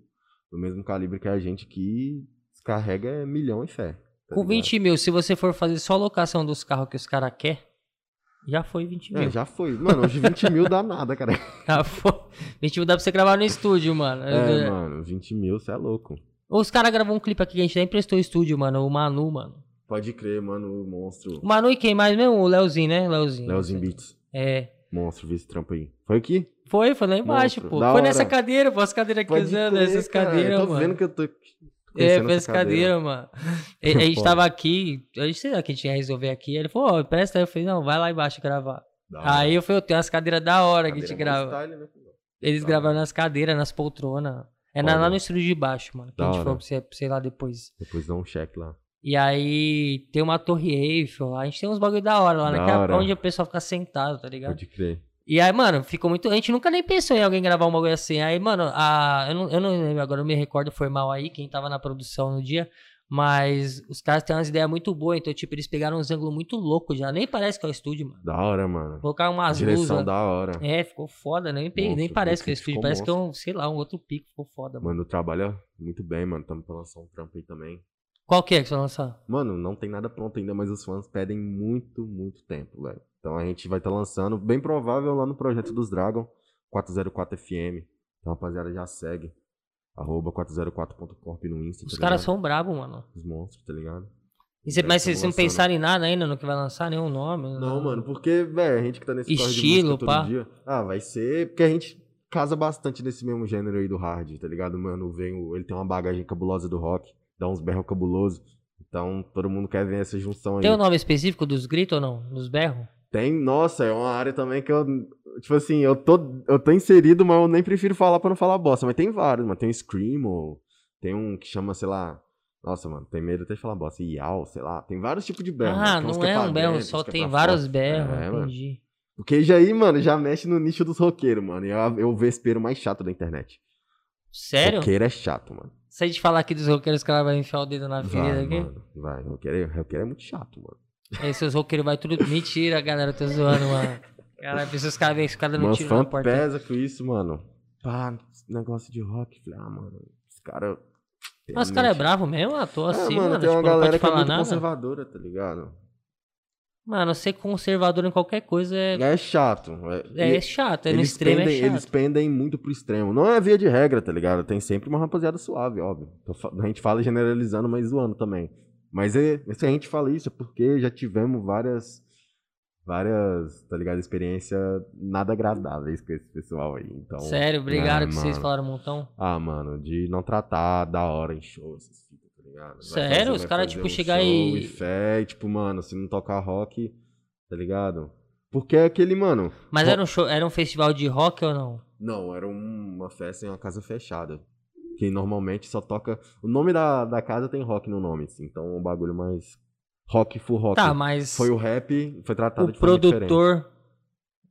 Speaker 2: do mesmo calibre que a gente que descarrega é milhão e fé. tá
Speaker 1: Com
Speaker 2: ligado?
Speaker 1: 20 mil, se você for fazer só a locação dos carros que os caras querem, já foi 20 mil.
Speaker 2: É, já foi. Mano, hoje 20 mil dá nada, cara.
Speaker 1: Já foi. 20 mil dá pra você gravar no estúdio, mano.
Speaker 2: É, mano, 20 mil, você é louco.
Speaker 1: Os caras gravou um clipe aqui que a gente nem prestou estúdio, mano. O Manu, mano.
Speaker 2: Pode crer, mano, o monstro.
Speaker 1: O Manu e quem mais mesmo? O Leozinho, né? Leozinho.
Speaker 2: Leozinho Beats.
Speaker 1: É.
Speaker 2: Monstro, vi esse trampo aí. Foi aqui?
Speaker 1: Foi, foi lá embaixo,
Speaker 2: Monstro.
Speaker 1: pô.
Speaker 2: Da
Speaker 1: Foi nessa
Speaker 2: hora.
Speaker 1: cadeira, pô. As cadeiras aqui, né? Essas
Speaker 2: cara,
Speaker 1: cadeiras,
Speaker 2: eu tô
Speaker 1: mano.
Speaker 2: vendo que eu tô.
Speaker 1: É,
Speaker 2: tô conhecendo
Speaker 1: foi
Speaker 2: essa
Speaker 1: essa cadeira, mano. E- a gente
Speaker 2: Foda.
Speaker 1: tava aqui, a gente sei lá o que a gente ia resolver aqui. Ele falou, ó, presta aí. Eu falei, não, vai lá embaixo gravar.
Speaker 2: Da hora.
Speaker 1: Aí eu falei, eu tenho umas cadeiras da hora que a gente
Speaker 2: Ah. Cadeira
Speaker 1: grava.
Speaker 2: freestyle, né, filho?
Speaker 1: Eles
Speaker 2: Da
Speaker 1: gravaram
Speaker 2: hora.
Speaker 1: nas cadeiras, nas poltronas. É na-
Speaker 2: Foda.
Speaker 1: lá no estúdio de baixo, mano. Que
Speaker 2: Da
Speaker 1: a gente
Speaker 2: hora.
Speaker 1: foi pra você, sei lá, depois.
Speaker 2: Depois dá um check lá.
Speaker 1: E aí tem uma torre Eiffel lá. A gente tem uns bagulho da hora lá,
Speaker 2: Da
Speaker 1: né? Que é
Speaker 2: hora.
Speaker 1: onde o pessoal fica sentado, tá ligado?
Speaker 2: Pode crer.
Speaker 1: E aí, mano, ficou muito. A gente nunca nem pensou em alguém gravar um bagulho assim. Aí, mano, a... eu, não, eu não lembro agora, eu me recordo, foi mal aí, quem tava na produção no dia. Mas os caras têm umas ideias muito boas, então, tipo, eles pegaram uns ângulos muito loucos já. Nem parece que é o estúdio, mano.
Speaker 2: Da hora, mano.
Speaker 1: Colocaram umas luzes.
Speaker 2: Direção da hora.
Speaker 1: É, ficou foda, nem, pe- nem
Speaker 2: Monstro,
Speaker 1: parece
Speaker 2: o
Speaker 1: que é o
Speaker 2: clipe
Speaker 1: estúdio,
Speaker 2: ficou
Speaker 1: parece que é um, sei lá, um outro pico, ficou foda, mano.
Speaker 2: Mano, trabalha muito bem, mano. Tamo pra lançar um trampo aí também.
Speaker 1: Qual que é que você vai lançar?
Speaker 2: Mano, não tem nada pronto ainda, mas os fãs pedem muito, muito tempo, velho. Então a gente vai estar lançando, bem provável, lá no Projeto dos Dragon, 404 FM. Então, rapaziada, já segue. Arroba 404.corp no Insta.
Speaker 1: Os
Speaker 2: tá
Speaker 1: caras
Speaker 2: ligado?
Speaker 1: são bravos, mano.
Speaker 2: Os monstros, tá ligado?
Speaker 1: E cê-
Speaker 2: Deve
Speaker 1: mas
Speaker 2: tá
Speaker 1: vocês não
Speaker 2: lançando.
Speaker 1: pensaram em nada ainda no que vai lançar, nenhum nome?
Speaker 2: Não, mano, porque, velho, a gente que tá nesse corre de
Speaker 1: Estilo,
Speaker 2: música todo
Speaker 1: pá.
Speaker 2: dia. Ah, vai ser. Porque a gente casa bastante nesse mesmo gênero aí do hard, tá ligado? Mano, vem o- ele tem uma bagagem cabulosa do rock, dá uns berros cabulosos. Então, todo mundo quer ver essa junção aí.
Speaker 1: Tem um nome específico dos gritos ou não? Dos berros?
Speaker 2: Tem, nossa, é uma área também que eu. Tipo assim, eu tô, eu tô inserido, mas eu nem prefiro falar pra não falar bosta. Mas tem vários, mano. Tem o Screamo, tem um que chama, sei lá. Nossa, mano, tem medo até de falar bosta. Iau, sei lá. Tem vários tipos de berro.
Speaker 1: ah,
Speaker 2: mano. Tem uns
Speaker 1: não
Speaker 2: que
Speaker 1: é
Speaker 2: pra
Speaker 1: um berro
Speaker 2: dentro,
Speaker 1: só,
Speaker 2: uns que é
Speaker 1: tem
Speaker 2: pra
Speaker 1: vários
Speaker 2: fora.
Speaker 1: berros,
Speaker 2: É, mano.
Speaker 1: entendi.
Speaker 2: Porque já aí, mano, já mexe no nicho dos roqueiros, mano. E é é o vespeiro mais chato da internet.
Speaker 1: Sério?
Speaker 2: Roqueiro é chato, mano.
Speaker 1: Se a gente falar aqui dos roqueiros, os caras vão enfiar o dedo na ferida
Speaker 2: Vai,
Speaker 1: aqui.
Speaker 2: mano. Vai. Roqueiro, é- roqueiro é muito chato, mano.
Speaker 1: Aí seus roqueiros vai tudo. Mentira, galera, eu tô zoando, mano. Caralho, pensa os caras vêm, os caras dando
Speaker 2: Mas
Speaker 1: tiro
Speaker 2: fã
Speaker 1: na porta.
Speaker 2: pesa com isso, mano. Pá, esse negócio de rock. Falei, ah, mano, esse cara. tem
Speaker 1: Nossa,
Speaker 2: a
Speaker 1: o cara é
Speaker 2: mente-
Speaker 1: bravo mesmo, à toa assim,
Speaker 2: é, mano,
Speaker 1: mano.
Speaker 2: tem
Speaker 1: tipo,
Speaker 2: uma
Speaker 1: não
Speaker 2: galera
Speaker 1: pode
Speaker 2: que é
Speaker 1: falar
Speaker 2: muito
Speaker 1: nada.
Speaker 2: conservadora, tá ligado?
Speaker 1: Mano, ser conservador em qualquer coisa é,
Speaker 2: É chato.
Speaker 1: é,
Speaker 2: e-
Speaker 1: chato, é no
Speaker 2: eles
Speaker 1: extremo,
Speaker 2: pendem,
Speaker 1: é
Speaker 2: Eles
Speaker 1: chato.
Speaker 2: pendem muito pro extremo. Não é via de regra, tá ligado? Tem sempre uma rapaziada suave, óbvio. Tô fa- A gente fala generalizando, mas zoando também. Mas é, se a gente fala isso é porque já tivemos várias, várias, tá ligado? Experiência nada é agradáveis com esse pessoal aí. Então,
Speaker 1: Sério, obrigado
Speaker 2: É,
Speaker 1: que vocês
Speaker 2: mano.
Speaker 1: falaram um montão.
Speaker 2: ah, mano, de não tratar da hora em show, essas fitas, tá ligado? Vai
Speaker 1: Sério?
Speaker 2: fazer-
Speaker 1: Os
Speaker 2: vai
Speaker 1: cara,
Speaker 2: fazer
Speaker 1: tipo,
Speaker 2: um
Speaker 1: chegar
Speaker 2: show
Speaker 1: e-
Speaker 2: E fé, e tipo, mano, se não tocar rock, tá ligado? Porque é aquele, mano.
Speaker 1: Mas
Speaker 2: Ro-
Speaker 1: era um show, era um festival de rock ou não?
Speaker 2: Não, era um- uma festa em uma casa fechada. Que normalmente só toca. O nome da, da casa tem rock no nome, assim, então é um bagulho mais. Rock full rock.
Speaker 1: Tá, mas
Speaker 2: Foi o rap, foi tratado
Speaker 1: o
Speaker 2: de forma diferente.
Speaker 1: produtor.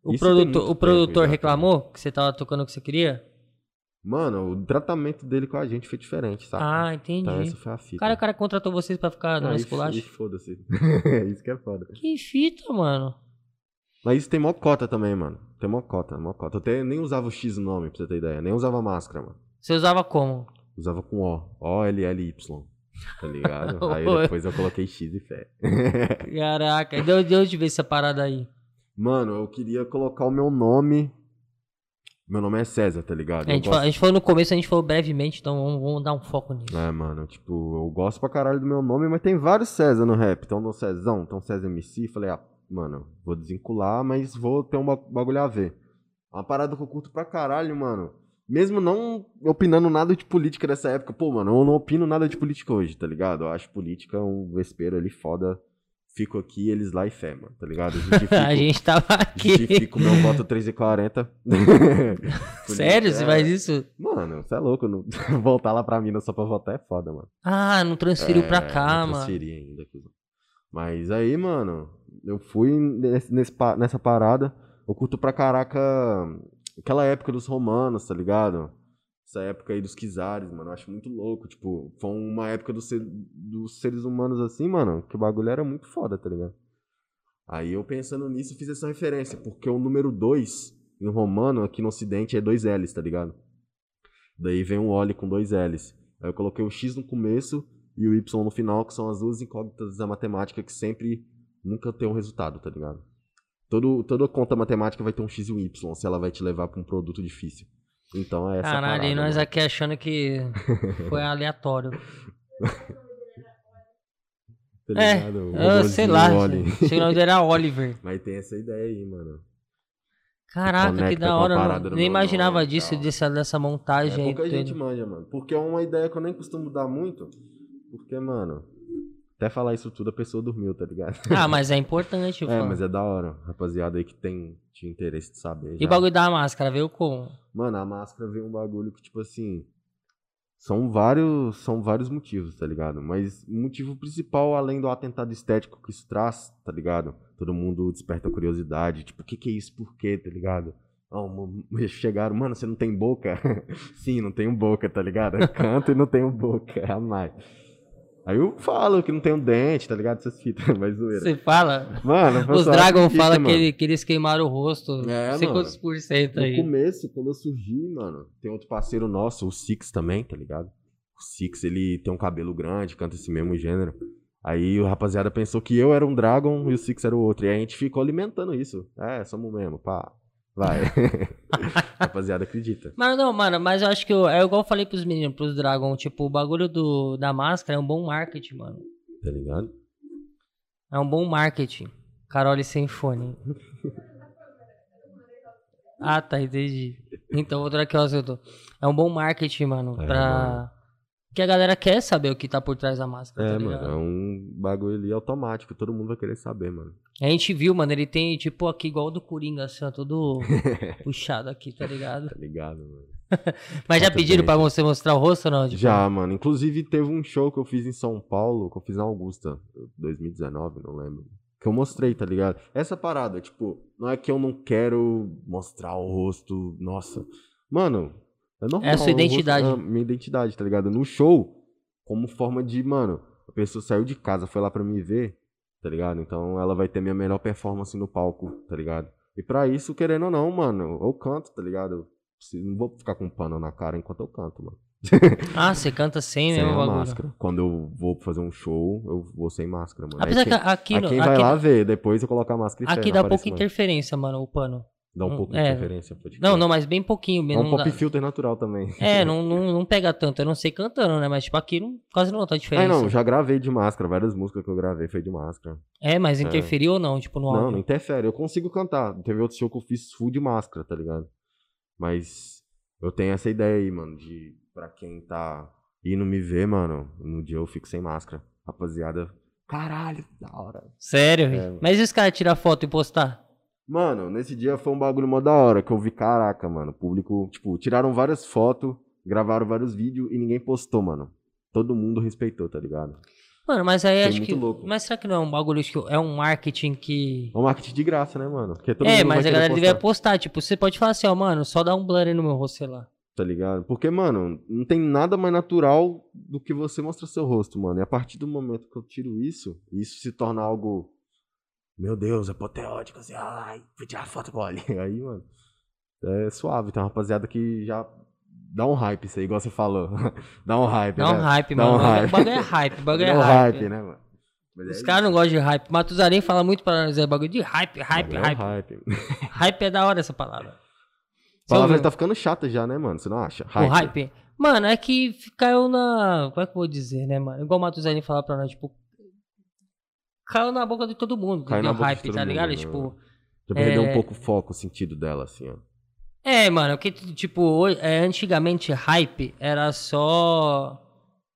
Speaker 1: O
Speaker 2: Isso tem muito
Speaker 1: produtor, o
Speaker 2: tempo,
Speaker 1: produtor
Speaker 2: exatamente.
Speaker 1: reclamou que você tava tocando o que você queria?
Speaker 2: Mano, o tratamento dele com a gente foi diferente, sabe?
Speaker 1: Ah,
Speaker 2: então
Speaker 1: entendi.
Speaker 2: essa foi a fita.
Speaker 1: Cara, o cara contratou vocês pra ficar dando
Speaker 2: Ah, isso-
Speaker 1: esculacho.
Speaker 2: isso Foda-se. isso que é foda.
Speaker 1: Que fita, mano.
Speaker 2: Mas isso tem mó cota também, mano. Tem mó cota, mó cota. Eu até nem usava o X no nome, pra você ter ideia. Nem usava máscara, mano.
Speaker 1: Você usava como?
Speaker 2: Usava com O. O-L-L-Y. Tá ligado? Aí
Speaker 1: Oi.
Speaker 2: depois eu coloquei X e fé.
Speaker 1: Caraca, e de onde- de onde veio essa parada aí?
Speaker 2: Mano, eu queria colocar o meu nome. Meu nome é César, tá ligado?
Speaker 1: A
Speaker 2: Eu
Speaker 1: gente,
Speaker 2: gosto-
Speaker 1: falou, a gente falou no começo, a gente falou brevemente, então vamos, vamos dar um foco nisso.
Speaker 2: É, mano, tipo, eu gosto pra caralho do meu nome, mas tem vários César no rap. Então, no Cezão, então César MC, falei, ah, mano, vou desvincular, mas vou ter um ba- bagulho a ver. É Uma parada que eu curto pra caralho, mano. Mesmo não opinando nada de política dessa época, pô, mano, eu não opino nada de política hoje, tá ligado? Eu acho política um vespeiro ali foda, Fico aqui, eles lá e fé, mano, tá ligado? A gente fica,
Speaker 1: A gente tava aqui.
Speaker 2: Justifico meu voto 3,40.
Speaker 1: Sério? Você
Speaker 2: É.
Speaker 1: faz isso?
Speaker 2: Mano, você é louco. Não... Voltar lá pra Minas só pra votar é foda, mano.
Speaker 1: Ah, não transferiu pra
Speaker 2: É,
Speaker 1: cá, mano.
Speaker 2: não transferi ainda, cuzão. Mas aí, mano, eu fui nesse, nesse pa- nessa parada. Eu curto pra caraca aquela época dos romanos, tá ligado? Essa época aí dos quizares, mano. Eu acho muito louco. Tipo, foi uma época dos ser- dos seres humanos assim, mano, que o bagulho era muito foda, tá ligado? Aí eu pensando nisso, fiz essa referência. Porque o número 2 em romano aqui no ocidente é dois L's, tá ligado? Daí vem um Oli com dois L's. Aí eu coloquei o X no começo e o Y no final, que são as duas incógnitas da matemática que sempre nunca tem um resultado, tá ligado? Todo, toda conta matemática vai ter um X e um Y, se ela vai te levar pra um produto difícil. Então é essa
Speaker 1: Caralho, e
Speaker 2: parada,
Speaker 1: nós
Speaker 2: mano.
Speaker 1: aqui achando que foi aleatório.
Speaker 2: Tá
Speaker 1: É,
Speaker 2: ligado? O
Speaker 1: Ah, sei
Speaker 2: robozinho
Speaker 1: lá.
Speaker 2: Oli.
Speaker 1: Seu nome era Oliver.
Speaker 2: Mas tem essa ideia aí, mano.
Speaker 1: Caraca, que
Speaker 2: conecta
Speaker 1: da
Speaker 2: com a
Speaker 1: hora. eu não-
Speaker 2: parada do
Speaker 1: nem
Speaker 2: meu
Speaker 1: imaginava
Speaker 2: nome e
Speaker 1: disso,
Speaker 2: tal.
Speaker 1: dessa, dessa
Speaker 2: É,
Speaker 1: montagem aí.
Speaker 2: pouca
Speaker 1: toda.
Speaker 2: gente manja, mano. Porque é uma ideia que eu nem costumo dar muito. Porque, mano, até falar isso tudo a pessoa dormiu, tá ligado?
Speaker 1: Ah, mas é importante,
Speaker 2: É,
Speaker 1: fã.
Speaker 2: mas é da hora. Rapaziada aí que tem tinha interesse de saber.
Speaker 1: E o
Speaker 2: já.
Speaker 1: bagulho da máscara, veio com.
Speaker 2: Mano, a máscara veio um bagulho que, tipo assim. São vários, são vários motivos, tá ligado? Mas o motivo principal, além do atentado estético que isso traz, tá ligado? Todo mundo desperta curiosidade, tipo, o que, que é isso? Por quê, tá ligado? Ah, um- chegaram, mano, você não tem boca? Sim, não tenho boca, tá ligado? Eu canto e não tenho boca, a mais. Aí eu falo que não tenho dente, tá ligado? Essas fitas, mas zoeira.
Speaker 1: Você fala?
Speaker 2: Mano, o
Speaker 1: Os
Speaker 2: pessoal
Speaker 1: Dragon
Speaker 2: acredita,
Speaker 1: falam
Speaker 2: mano.
Speaker 1: que, ele- que eles queimaram o rosto.
Speaker 2: É,
Speaker 1: não sei
Speaker 2: mano.
Speaker 1: quantos por cento
Speaker 2: No
Speaker 1: aí.
Speaker 2: começo, quando eu surgi, mano, tem outro parceiro nosso, o Six também, tá ligado? O Six, ele tem um cabelo grande, canta esse mesmo gênero. Aí o rapaziada pensou que eu era um Dragon e o Six era o outro. E a gente ficou alimentando isso. É, somos o mesmo, pá. Vai. rapaziada, acredita.
Speaker 1: Mas não, mano, mas eu acho que eu- é igual eu falei pros meninos, pros Dragon, tipo, o bagulho do, da máscara é um bom marketing, mano.
Speaker 2: Tá ligado?
Speaker 1: É um bom marketing. Carole sem fone. ah, tá, entendi. Então, vou trocar o assunto. É um bom marketing, mano,
Speaker 2: É,
Speaker 1: pra...
Speaker 2: mano.
Speaker 1: Porque a galera quer saber o que tá por trás da máscara,
Speaker 2: É,
Speaker 1: tá
Speaker 2: mano,
Speaker 1: ligado?
Speaker 2: é um bagulho ali automático. Todo mundo vai querer saber, mano.
Speaker 1: A gente viu, mano, ele tem, tipo, aqui igual o do Coringa, assim, ó, todo puxado aqui, tá ligado?
Speaker 2: Tá ligado, mano?
Speaker 1: Mas já
Speaker 2: Muito
Speaker 1: pediram
Speaker 2: bem.
Speaker 1: pra você mostrar o rosto ou não? Tipo,
Speaker 2: Já, mano. Inclusive, teve um show que eu fiz em São Paulo, que eu fiz na Augusta, 2019, não lembro. Que eu mostrei, tá ligado? Essa parada, tipo, não é que eu não quero mostrar o rosto, nossa. Mano, é normal.
Speaker 1: É a sua
Speaker 2: o rosto-
Speaker 1: identidade.
Speaker 2: é a minha identidade, tá ligado? No show, como forma de, mano, a pessoa saiu de casa, foi lá pra me ver, tá ligado? Então ela vai ter minha melhor performance no palco, tá ligado? E pra isso, querendo ou não, mano, eu canto, tá ligado? Eu preciso- Não vou ficar com um pano na cara enquanto eu canto, mano
Speaker 1: Ah, você canta sem,
Speaker 2: sem
Speaker 1: mesmo o
Speaker 2: a
Speaker 1: bagulho.
Speaker 2: máscara. Quando eu vou fazer um show, eu vou sem máscara, mano. Aí
Speaker 1: Ah, Apesar que
Speaker 2: quem,
Speaker 1: aqui,
Speaker 2: aí
Speaker 1: no-
Speaker 2: quem
Speaker 1: aqui,
Speaker 2: vai lá ver, depois eu coloco a máscara e
Speaker 1: aqui
Speaker 2: ferro,
Speaker 1: dá
Speaker 2: aparece
Speaker 1: pouca
Speaker 2: mais.
Speaker 1: interferência, mano, o pano.
Speaker 2: Dá um pouco
Speaker 1: é.
Speaker 2: de interferência, pode
Speaker 1: Não,
Speaker 2: crer.
Speaker 1: não, mas bem pouquinho
Speaker 2: É
Speaker 1: mesmo.
Speaker 2: um
Speaker 1: não
Speaker 2: pop
Speaker 1: dá-
Speaker 2: filter natural também.
Speaker 1: É, não, não, não pega tanto. Eu não sei cantando, né? Mas, tipo, aqui não, quase não tá
Speaker 2: É,
Speaker 1: diferença.
Speaker 2: não, já gravei de máscara. Várias músicas que eu gravei foi de máscara.
Speaker 1: É, mas interferiu ou não? Tipo, no
Speaker 2: Não, não
Speaker 1: áudio.
Speaker 2: interfere. Eu consigo cantar. Teve outro show que eu fiz full de máscara, tá ligado? Mas eu tenho essa ideia aí, mano, de pra quem tá indo me ver, mano, no dia eu fico sem máscara. Rapaziada, caralho, que da hora.
Speaker 1: Sério, velho.
Speaker 2: mano.
Speaker 1: Mas e os caras tirar foto e postar?
Speaker 2: Mano, nesse dia foi um bagulho mó da hora que eu vi, caraca, mano. O público, tipo, tiraram várias fotos, gravaram vários vídeos e ninguém postou, mano. Todo mundo respeitou, tá ligado?
Speaker 1: Mano, mas aí
Speaker 2: Foi
Speaker 1: É, acho que.
Speaker 2: É muito louco.
Speaker 1: Mas será que não é um bagulho que é um marketing que.
Speaker 2: É um marketing de graça, né, mano? Porque todo
Speaker 1: é,
Speaker 2: mundo vai
Speaker 1: mas a
Speaker 2: querer
Speaker 1: galera
Speaker 2: postar,
Speaker 1: devia postar. Tipo, você pode falar assim, ó, mano, só dá um blur aí no meu rosto, sei lá.
Speaker 2: tá ligado? Porque, mano, não tem nada mais natural do que você mostrar seu rosto, mano. E a partir do momento que eu tiro isso, isso se torna algo meu Deus, apoteótico, assim, ai, vou tirar foto mole. Aí, mano, é suave. Tem uma rapaziada que já dá um hype isso aí, igual você falou. dá um hype,
Speaker 1: Dá um
Speaker 2: né?
Speaker 1: hype,
Speaker 2: Dá
Speaker 1: mano.
Speaker 2: um hype.
Speaker 1: O bagulho é hype, o bagulho é
Speaker 2: Dá um
Speaker 1: hype.
Speaker 2: né, mano? Mas
Speaker 1: Os
Speaker 2: é
Speaker 1: caras não gostam de hype. Matuzarém fala muito pra nós, é bagulho de hype,
Speaker 2: isso,
Speaker 1: hype,
Speaker 2: mano, é um
Speaker 1: hype.
Speaker 2: hype.
Speaker 1: Hype é da hora essa palavra.
Speaker 2: A palavra
Speaker 1: Você ouviu?
Speaker 2: tá ficando chata já, né, mano? Você não acha?
Speaker 1: O hype. Mano, é que caiu na. Como é que eu vou dizer, né, mano? Igual o Matuzarém fala pra nós, tipo. Caiu na boca de todo mundo.
Speaker 2: Caiu
Speaker 1: do
Speaker 2: na boca de
Speaker 1: hype,
Speaker 2: todo
Speaker 1: tá
Speaker 2: mundo,
Speaker 1: ligado?
Speaker 2: né?
Speaker 1: Tipo.
Speaker 2: Já perdeu
Speaker 1: é-
Speaker 2: um pouco o foco, o sentido dela, assim, ó.
Speaker 1: É, mano, que tipo, hoje- é, antigamente hype era só.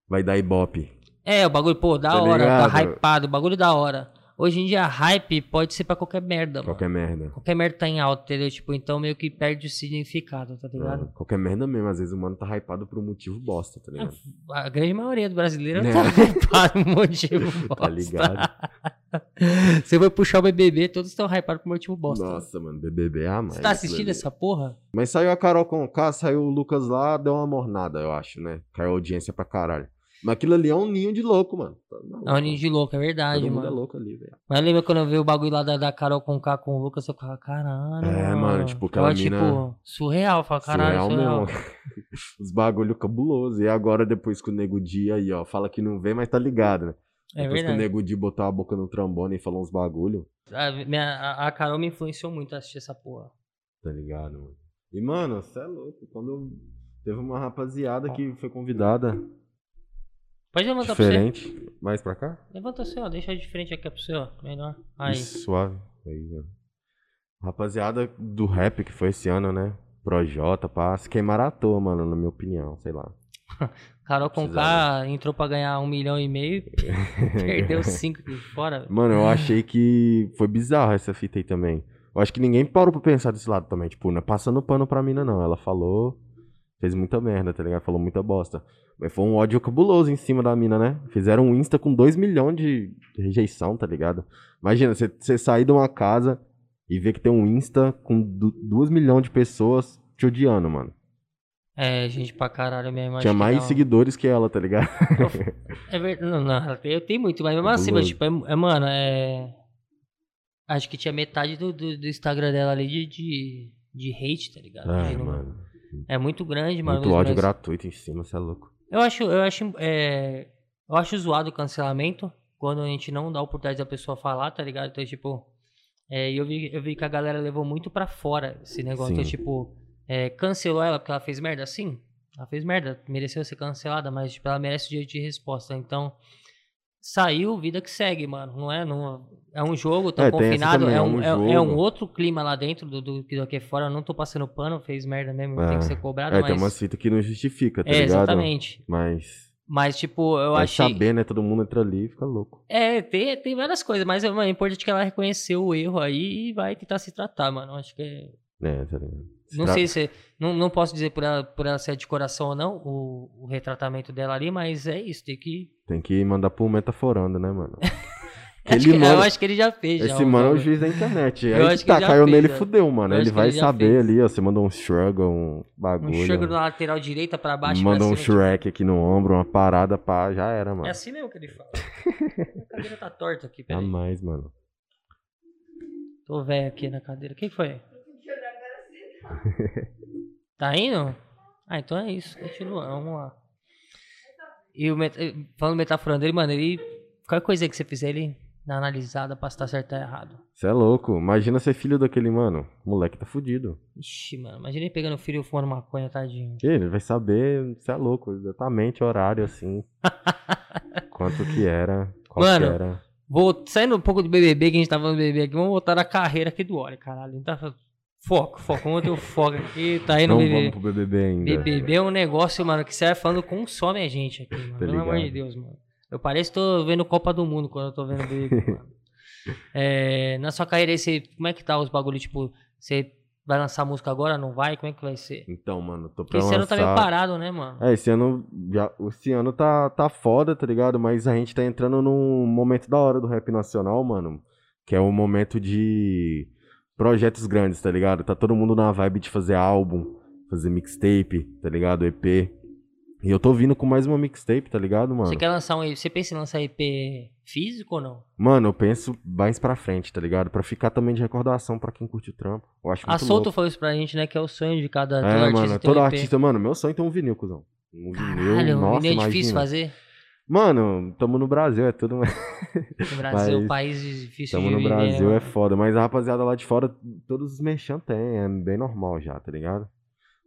Speaker 2: Vai dar ibope.
Speaker 1: É, o bagulho, pô, da
Speaker 2: Tá
Speaker 1: hora, tá
Speaker 2: ligado?
Speaker 1: hypado, o bagulho da hora. Hoje em dia, hype pode ser pra qualquer merda, mano.
Speaker 2: Qualquer merda.
Speaker 1: Qualquer merda tá em alta, entendeu? Tipo, então meio que perde o significado, tá ligado?
Speaker 2: É, qualquer merda mesmo. Às vezes o mano tá hypado por um motivo bosta, tá ligado?
Speaker 1: A grande maioria do brasileiro tá
Speaker 2: Né?
Speaker 1: hypado por motivo bosta.
Speaker 2: Tá ligado?
Speaker 1: Você vai puxar o BBB, todos estão hypados por motivo bosta.
Speaker 2: Nossa, mano, BBB ah, mais.
Speaker 1: Você tá assistindo essa porra?
Speaker 2: Mas saiu a Carol Conká, saiu o Lucas lá, deu uma mornada, eu acho, né? Caiu audiência pra caralho. Mas aquilo ali é um ninho de louco, mano. Tá maluco,
Speaker 1: É um ninho de louco, é verdade,
Speaker 2: Todo mundo
Speaker 1: mano.
Speaker 2: é louco ali, velho.
Speaker 1: Mas lembra quando eu vi o bagulho lá da, da Carol com K com o Lucas, eu falava, caralho.
Speaker 2: É, mano, tipo, aquela
Speaker 1: Eu,
Speaker 2: mina-
Speaker 1: Tipo, surreal, eu falava, caralho, é
Speaker 2: Surreal
Speaker 1: surreal.
Speaker 2: mesmo. Os bagulho cabuloso. E agora, depois que o Nego Di aí, ó, fala que não vem, mas tá ligado, né?
Speaker 1: É
Speaker 2: depois que o
Speaker 1: verdade.
Speaker 2: Nego Di botou a boca no trombone e falou uns bagulho,
Speaker 1: A, minha- a- a Carol me influenciou muito a assistir essa porra.
Speaker 2: tá ligado, mano? E, mano, você é louco. Quando eu... teve uma rapaziada que foi convidada,
Speaker 1: Pode levantar pra
Speaker 2: diferente, mais pra cá?
Speaker 1: você? Levanta assim, ó, deixa de frente aqui pra você, ó. Melhor. Aí.
Speaker 2: Isso, suave. Aí, ó. Rapaziada do rap que foi esse ano, né? Projota, pá, se queimaram à toa, mano, na minha opinião, sei lá.
Speaker 1: Carol com K
Speaker 2: Precisava.
Speaker 1: entrou pra ganhar um milhão e meio e perdeu cinco aqui fora. velho.
Speaker 2: Mano, eu achei que foi bizarro essa fita aí também. Eu acho que ninguém parou pra pensar desse lado também. Tipo, não é passando pano pra mina, não. Ela falou, fez muita merda, tá ligado? Falou muita bosta. Mas foi um ódio cabuloso em cima da mina, né? Fizeram um Insta com 2 milhões de rejeição, tá ligado? Imagina, você- você sair de uma casa e ver que tem um Insta com 2 milhões de pessoas te odiando, mano.
Speaker 1: É, gente pra caralho mesmo. acho
Speaker 2: Tinha
Speaker 1: que
Speaker 2: mais
Speaker 1: dá um-
Speaker 2: seguidores que ela, tá ligado?
Speaker 1: É verdade. Não, não, ela tem- eu tenho muito, mas mesmo assim,
Speaker 2: Cabuloso.
Speaker 1: mas, tipo, é, é, mano, é. Acho que tinha metade do, do, do Instagram dela ali de, de, de hate, tá ligado?
Speaker 2: Ai,
Speaker 1: De não-
Speaker 2: mano.
Speaker 1: É muito grande, mano. assim.
Speaker 2: Muito
Speaker 1: os
Speaker 2: ódio
Speaker 1: brancos.
Speaker 2: gratuito em cima, você é louco.
Speaker 1: Eu acho, eu acho, é, eu acho zoado o cancelamento quando a gente não dá a oportunidade da pessoa falar, tá ligado? Então, tipo, é, e eu vi, eu vi que a galera levou muito pra fora esse negócio. Então,
Speaker 2: Sim.
Speaker 1: tipo, é, cancelou ela porque ela fez merda? Sim, ela fez merda, mereceu ser cancelada, mas tipo, ela merece o direito de resposta. Então, saiu, vida que segue, mano. Não é, não é um jogo, tá
Speaker 2: É, tem essa
Speaker 1: confinado,
Speaker 2: também,
Speaker 1: é
Speaker 2: é
Speaker 1: um,
Speaker 2: um
Speaker 1: é, é um
Speaker 2: jogo.
Speaker 1: outro clima lá dentro do, do que do aqui fora. Eu não tô passando pano, fez merda mesmo, tem
Speaker 2: É.
Speaker 1: que ser cobrado,
Speaker 2: É,
Speaker 1: Ah, mas
Speaker 2: tem umas fitas que não justifica, tá
Speaker 1: é
Speaker 2: ligado?
Speaker 1: exatamente.
Speaker 2: Mas.
Speaker 1: Mas, tipo, eu
Speaker 2: vai
Speaker 1: achei.
Speaker 2: saber, né? Todo mundo entra ali e fica louco.
Speaker 1: É, tem, tem várias coisas, mas mano, é importante que ela reconheceu o erro aí e vai tentar se tratar, mano. Acho que é.
Speaker 2: É, tá ligado? Se
Speaker 1: Não
Speaker 2: tra-
Speaker 1: sei se. Não, não posso dizer por ela, por ela ser de coração ou não, o, o retratamento dela ali, mas é isso, tem que.
Speaker 2: Tem que mandar pro metaforando, né, mano? Que
Speaker 1: Acho que,
Speaker 2: ele manda-
Speaker 1: eu acho que ele já fez. já,
Speaker 2: Esse
Speaker 1: o
Speaker 2: mano é o
Speaker 1: bagulho.
Speaker 2: juiz da internet.
Speaker 1: Eu
Speaker 2: Aí
Speaker 1: acho
Speaker 2: que
Speaker 1: que
Speaker 2: tá,
Speaker 1: já
Speaker 2: caiu
Speaker 1: fez,
Speaker 2: nele
Speaker 1: já.
Speaker 2: e fudeu, mano.
Speaker 1: Eu
Speaker 2: Ele
Speaker 1: acho que
Speaker 2: vai
Speaker 1: ele já
Speaker 2: saber
Speaker 1: fez.
Speaker 2: ali, ó. Você mandou um shrug, um
Speaker 1: Um
Speaker 2: bagulho.
Speaker 1: chego na lateral direita pra baixo. pra
Speaker 2: mandou um
Speaker 1: cima, tipo,
Speaker 2: Shrek aqui no ombro, uma parada, pá, já era, mano.
Speaker 1: É assim mesmo que ele fala. Minha cadeira tá torta aqui,
Speaker 2: A
Speaker 1: peraí.
Speaker 2: mais, mano.
Speaker 1: Tô velho aqui na cadeira. Quem foi? tá indo? Ah, então é isso. Continua, vamos lá. E o met... eh, falando metaforando ele, mano, ele. Qualquer coisa que você fizer, ele dá analisada pra se tá certo ou tá errado.
Speaker 2: Você é louco. Imagina ser filho daquele, mano. O moleque tá fudido.
Speaker 1: Ixi, mano, imagina ele pegando filho fumando maconha, tadinho.
Speaker 2: Ele vai saber, você é louco, exatamente o horário, assim. quanto que era, qual
Speaker 1: Mano,
Speaker 2: que era.
Speaker 1: Vou saindo um pouco do BBB, que a gente tava no BBB aqui, vamos voltar na carreira aqui do Ori, caralho. Não tá... Foco, foco, vamos ter o foco aqui, tá indo
Speaker 2: Não
Speaker 1: no BBB.
Speaker 2: vamos pro BBB ainda.
Speaker 1: BBB é um negócio, mano, que você vai falando consome a gente aqui, mano. Pelo amor
Speaker 2: Tá ligado.
Speaker 1: de Deus, mano. Eu pareço que tô vendo Copa do Mundo quando eu tô vendo BBB, mano. É, na sua carreira aí, você, como é que tá os bagulhos? Tipo, você vai lançar música agora? Não vai? Como é que vai ser?
Speaker 2: Então, mano, tô
Speaker 1: Porque
Speaker 2: pra
Speaker 1: esse ano tá meio
Speaker 2: lançar-
Speaker 1: parado, né, mano?
Speaker 2: É, esse ano, já, esse ano tá, tá foda, tá ligado? Mas a gente tá entrando num momento da hora do rap nacional, mano. Que é o momento de projetos grandes, tá ligado? Tá todo mundo na vibe de fazer álbum, fazer mixtape, tá ligado? EP. E eu tô vindo com mais uma mixtape, tá ligado, mano?
Speaker 1: Você quer lançar um EP? Você pensa em lançar EP físico ou não?
Speaker 2: Mano, eu penso mais pra frente, tá ligado? Pra ficar também de recordação pra quem curte o trampo. Eu acho
Speaker 1: A
Speaker 2: muito
Speaker 1: Solto
Speaker 2: louco.
Speaker 1: falou isso pra gente, né? Que é o sonho de cada todo
Speaker 2: É,
Speaker 1: artista
Speaker 2: mano,
Speaker 1: ter um
Speaker 2: todo
Speaker 1: EP.
Speaker 2: artista, mano, meu sonho é ter um vinil, cuzão. Um vinil,
Speaker 1: Caralho,
Speaker 2: nossa,
Speaker 1: nem é difícil
Speaker 2: imagina.
Speaker 1: fazer.
Speaker 2: Mano, tamo no Brasil, é tudo
Speaker 1: No Brasil, é um
Speaker 2: Mas-
Speaker 1: país difícil
Speaker 2: Tamo
Speaker 1: de
Speaker 2: no
Speaker 1: viver, né,
Speaker 2: Brasil, é
Speaker 1: mano?
Speaker 2: foda. Mas a rapaziada lá de fora, todos os merchan tem, é bem normal já, tá ligado?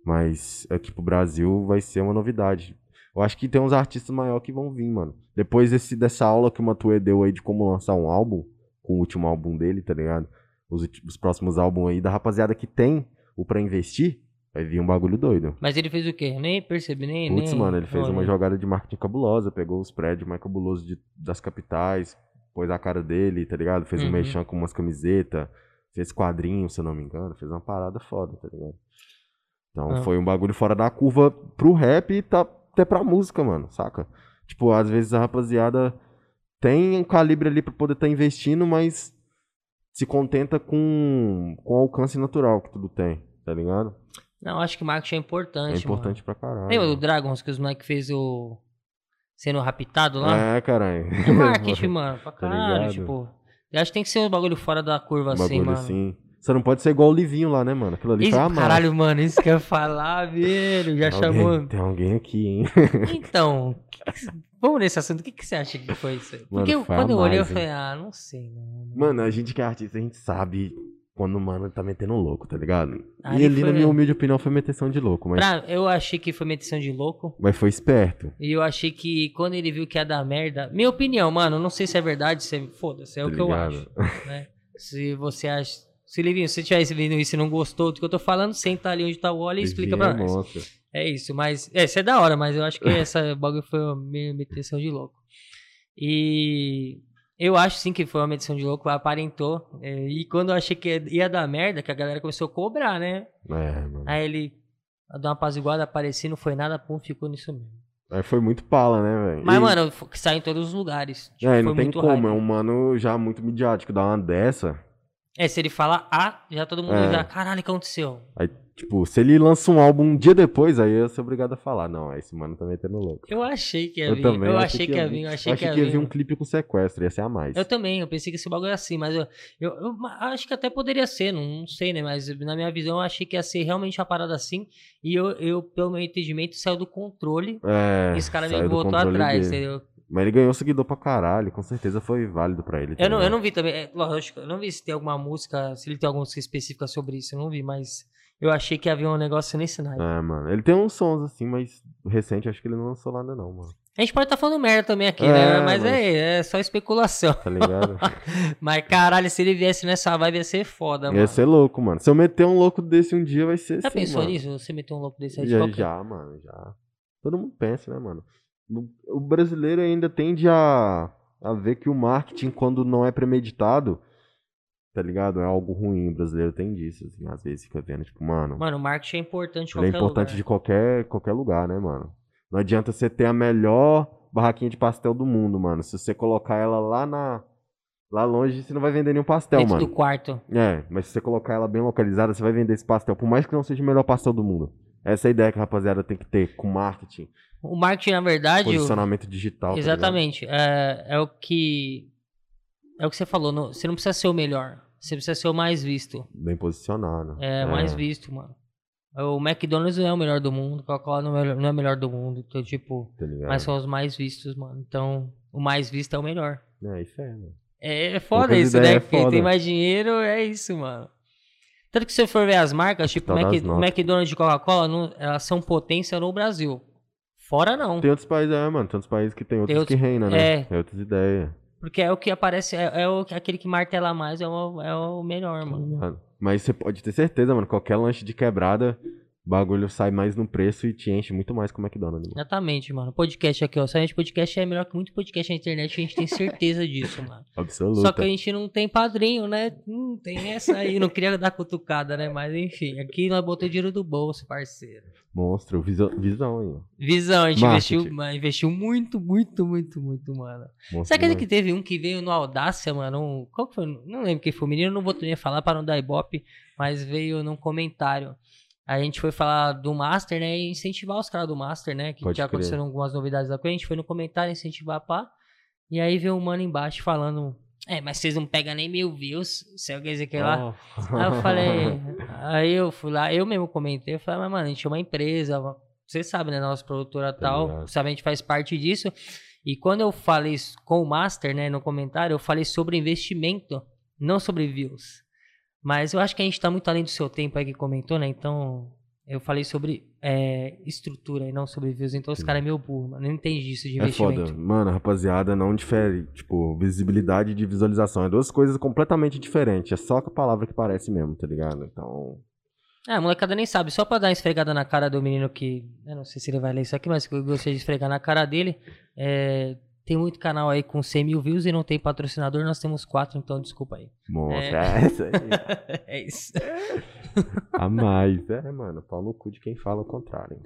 Speaker 2: Mas aqui pro Brasil vai ser uma novidade. Eu acho que tem uns artistas maiores que vão vir, mano. Depois desse, dessa aula que o Matuê deu aí de como lançar um álbum, com o último álbum dele, tá ligado? Os, ulti- os próximos álbuns aí da rapaziada que tem o pra investir, vai vir um bagulho doido.
Speaker 1: Mas ele fez o quê? Nem percebi, nem.
Speaker 2: Putz,
Speaker 1: nem...
Speaker 2: mano, ele fez
Speaker 1: Olha.
Speaker 2: uma jogada de marketing cabulosa, pegou os prédios mais cabulosos de- das capitais, pôs a cara dele, tá ligado? Fez um
Speaker 1: Uhum.
Speaker 2: mexão com umas camisetas, fez quadrinho, se eu não me engano, fez uma parada foda, tá ligado? Então
Speaker 1: Ah.
Speaker 2: foi um bagulho fora da curva pro rap e tá, até pra música, mano, saca? Tipo, às vezes a rapaziada tem um calibre ali pra poder estar investindo, mas se contenta com, com o alcance natural que tudo tem, tá ligado?
Speaker 1: Não, acho que marketing é
Speaker 2: É
Speaker 1: importante.
Speaker 2: importante pra
Speaker 1: mano.
Speaker 2: caralho.
Speaker 1: Lembra do Dragons que os moleques fez o. sendo raptado lá?
Speaker 2: É, caralho.
Speaker 1: É marketing, mano. Pra caralho,
Speaker 2: ligado?
Speaker 1: tipo. Eu acho que tem que ser um bagulho fora da curva
Speaker 2: Um
Speaker 1: assim,
Speaker 2: bagulho
Speaker 1: mano.
Speaker 2: assim. Você não pode ser igual o Livinho lá, né, mano? Aquilo ali
Speaker 1: Isso,
Speaker 2: foi amado.
Speaker 1: caralho, mano, isso que eu ia falar, velho. Já
Speaker 2: Tem alguém-
Speaker 1: chamou.
Speaker 2: Tem alguém aqui, hein?
Speaker 1: Então, que que- vamos nesse assunto. O que, que você acha que foi isso aí? Porque eu-
Speaker 2: foi a
Speaker 1: quando eu olhei, eu
Speaker 2: mais, hein?
Speaker 1: falei, ah, não sei, não.
Speaker 2: Mano, a gente que é artista, a gente sabe quando o mano tá metendo louco, tá ligado?
Speaker 1: Ali
Speaker 2: e ali, na
Speaker 1: foi-
Speaker 2: minha humilde opinião, foi meteção de louco, mas,
Speaker 1: Pra- eu achei que foi uma edição de louco.
Speaker 2: mas foi esperto.
Speaker 1: E eu achei que quando ele viu que ia dar merda. Minha opinião, mano, não sei se é verdade, se é, foda-se, é o
Speaker 2: Tá
Speaker 1: que eu
Speaker 2: ligado?
Speaker 1: acho. Né? Se você acha. Se Livinho, se você tivesse vindo isso e não gostou do que eu tô falando, senta ali onde tá o óleo e explica
Speaker 2: Livinho
Speaker 1: pra
Speaker 2: é
Speaker 1: nós.
Speaker 2: monstro.
Speaker 1: É isso, mas. É, isso é da hora, mas eu acho que essa bagulho foi uma me- medição de louco. E. Eu acho sim que foi uma medição de louco, aparentou. é, E quando eu achei que ia dar merda, que a galera começou a cobrar, né?
Speaker 2: É, mano.
Speaker 1: Aí ele deu uma apaziguada, apareci, não foi nada, pum, ficou nisso mesmo.
Speaker 2: Aí foi muito pala, né, velho?
Speaker 1: Mas,
Speaker 2: E-
Speaker 1: mano, f- que saiu em todos os lugares. Tipo,
Speaker 2: É,
Speaker 1: foi
Speaker 2: não tem
Speaker 1: muito
Speaker 2: como,
Speaker 1: hype.
Speaker 2: é um mano já muito midiático, dar uma dessa.
Speaker 1: É, se ele falar A, já todo mundo
Speaker 2: um É.
Speaker 1: já, caralho, o que aconteceu?
Speaker 2: Tipo, se ele lança um álbum um dia depois, aí eu ia ser obrigado a falar. Não, esse mano tá metendo louco.
Speaker 1: Eu achei que ia
Speaker 2: Eu
Speaker 1: vir. Eu,
Speaker 2: também
Speaker 1: achei que ia vir, eu achei que ia
Speaker 2: que
Speaker 1: vir.
Speaker 2: um clipe com sequestro, ia ser a mais.
Speaker 1: Eu também, eu pensei que esse bagulho era assim, mas eu, eu, eu ma- acho que até poderia ser, não, não sei, né? Mas na minha visão eu achei que ia ser realmente uma parada assim. E eu, eu pelo meu entendimento, saiu do controle.
Speaker 2: É,
Speaker 1: esse cara
Speaker 2: saiu
Speaker 1: me
Speaker 2: do
Speaker 1: botou
Speaker 2: controle
Speaker 1: atrás,
Speaker 2: dele.
Speaker 1: entendeu?
Speaker 2: Mas ele ganhou seguidor pra caralho, com certeza foi válido pra ele. tá
Speaker 1: Eu não, eu
Speaker 2: ligado?
Speaker 1: não vi também, é, lógico, eu não vi se tem alguma música, se ele tem alguma música específica sobre isso, eu não vi, mas eu achei que havia um negócio nesse naipe.
Speaker 2: É, mano. Ele tem uns sons assim, mas recente acho que ele não lançou nada, não, mano.
Speaker 1: A gente pode estar falando merda também aqui,
Speaker 2: É,
Speaker 1: né? Mas,
Speaker 2: mas-
Speaker 1: É, é só especulação.
Speaker 2: Tá ligado?
Speaker 1: Mas caralho, se ele viesse nessa vibe ia ser foda, mano.
Speaker 2: Ia ser louco, mano. Se eu meter um louco desse um dia, vai ser
Speaker 1: Tá Já
Speaker 2: assim,
Speaker 1: pensou
Speaker 2: mano.
Speaker 1: nisso? Você meteu um louco desse aí de
Speaker 2: Já,
Speaker 1: qualquer-
Speaker 2: já, mano, já. Todo mundo pensa, né, mano? O- O brasileiro ainda tende a, a ver que o marketing, quando não é premeditado, tá ligado? É algo ruim. O brasileiro tem disso, assim. Às vezes fica vendo, tipo, mano,
Speaker 1: Mano, o marketing é importante em
Speaker 2: Ele é
Speaker 1: qualquer
Speaker 2: importante de
Speaker 1: lugar.
Speaker 2: qualquer, qualquer lugar, né, mano? Não adianta você ter a melhor barraquinha de pastel do mundo, mano. Se você colocar ela lá na. Lá longe, você não vai vender nenhum pastel,
Speaker 1: Dentro do
Speaker 2: mano.
Speaker 1: quarto.
Speaker 2: É, mas se você colocar ela bem localizada, você vai vender esse pastel. Por mais que não seja o melhor pastel do mundo. Essa é a ideia que a rapaziada tem que ter com marketing,
Speaker 1: O marketing, na verdade... o-
Speaker 2: posicionamento digital. tá
Speaker 1: Exatamente. é, é o que... É o que você falou. não- Você não precisa ser o melhor. Você precisa ser o mais visto.
Speaker 2: ligado? bem posicionado.
Speaker 1: É, o mais visto, mano. O McDonald's não é o melhor do mundo. Coca-Cola não é o melhor- não é o melhor do mundo. Então, tipo...
Speaker 2: Tá ligado?
Speaker 1: Mas são os mais vistos, mano. Então, o mais visto é o melhor.
Speaker 2: É, isso é, mano.
Speaker 1: É, é foda
Speaker 2: Poucas
Speaker 1: isso,
Speaker 2: ideias
Speaker 1: né?
Speaker 2: é
Speaker 1: Quem
Speaker 2: foda.
Speaker 1: tem mais dinheiro é isso, mano. Tanto que se você for ver as marcas, tipo, o
Speaker 2: Todas
Speaker 1: Mac,
Speaker 2: as notas.
Speaker 1: McDonald's e Coca-Cola, não- elas são potência no Brasil. Fora não.
Speaker 2: Tem outros países, é, mano. Tem outros países que tem outros
Speaker 1: outros-
Speaker 2: que reina, né?
Speaker 1: é.
Speaker 2: Tem outras ideias.
Speaker 1: Porque é o que aparece, é, é o, aquele que martela mais, é o, é o melhor, mano.
Speaker 2: Mano, Mas você pode ter certeza, mano. Qualquer lanche de quebrada, o bagulho sai mais no preço e te enche muito mais que o McDonald's. Mano.
Speaker 1: Exatamente, mano. Podcast aqui, ó. Se a gente podcast é melhor que muito podcast na internet, a gente tem certeza disso, mano.
Speaker 2: Absoluta.
Speaker 1: Só que a gente não tem padrinho, né? Hum, tem essa aí. Não queria dar cutucada, né? Mas enfim, aqui nós botamos dinheiro do bolso, parceiro.
Speaker 2: Monstro, visão, visão aí. ó.
Speaker 1: Visão, a gente
Speaker 2: Marketing.
Speaker 1: investiu, mas investiu muito, muito, muito, muito, mano.
Speaker 2: Monstro
Speaker 1: Sabe aquele que
Speaker 2: demais.
Speaker 1: teve um que veio no Audácia, mano? Um- qual que foi? Não lembro quem foi o menino, não vou nem falar para não dar ibope, mas veio num comentário. A gente foi falar do Master, né? E incentivar os caras do Master, né? Que
Speaker 2: Pode
Speaker 1: já
Speaker 2: crer.
Speaker 1: aconteceram algumas novidades da coisa. A gente foi no comentário incentivar pá. E aí veio um mano embaixo falando: É, mas vocês não pegam nem mil views, sei o que sei o que lá.
Speaker 2: Oh.
Speaker 1: Aí eu falei, aí eu fui lá, eu mesmo comentei, eu falei, mas mano, a gente é uma empresa, uma- você sabe, né, nossa produtora tal,
Speaker 2: ligado.
Speaker 1: sabe, a gente faz parte disso. E quando eu falei isso com o Master, né, no comentário, eu falei sobre investimento, não sobre views. Mas eu acho que a gente tá muito além do seu tempo aí que comentou, né, então eu falei sobre é, estrutura e não sobre views, então os
Speaker 2: Sim.
Speaker 1: caras é meio burro, mano, não entende isso de
Speaker 2: É
Speaker 1: investimento.
Speaker 2: foda. Mano, rapaziada, não difere. Tipo, visibilidade de visualização. É duas coisas completamente diferentes. É só com a palavra que parece mesmo, tá ligado? Então.
Speaker 1: Ah, a molecada nem sabe. Só pra dar uma esfregada na cara do menino que. Eu não sei se ele vai ler isso aqui, mas eu gostei de esfregar na cara dele. é, Tem muito canal aí com 100 mil views e não tem patrocinador. Nós temos quatro, então desculpa aí.
Speaker 2: Nossa,
Speaker 1: É.
Speaker 2: é essa aí.
Speaker 1: É isso.
Speaker 2: A mais. É, mano, pau no cu de quem fala o contrário. hein.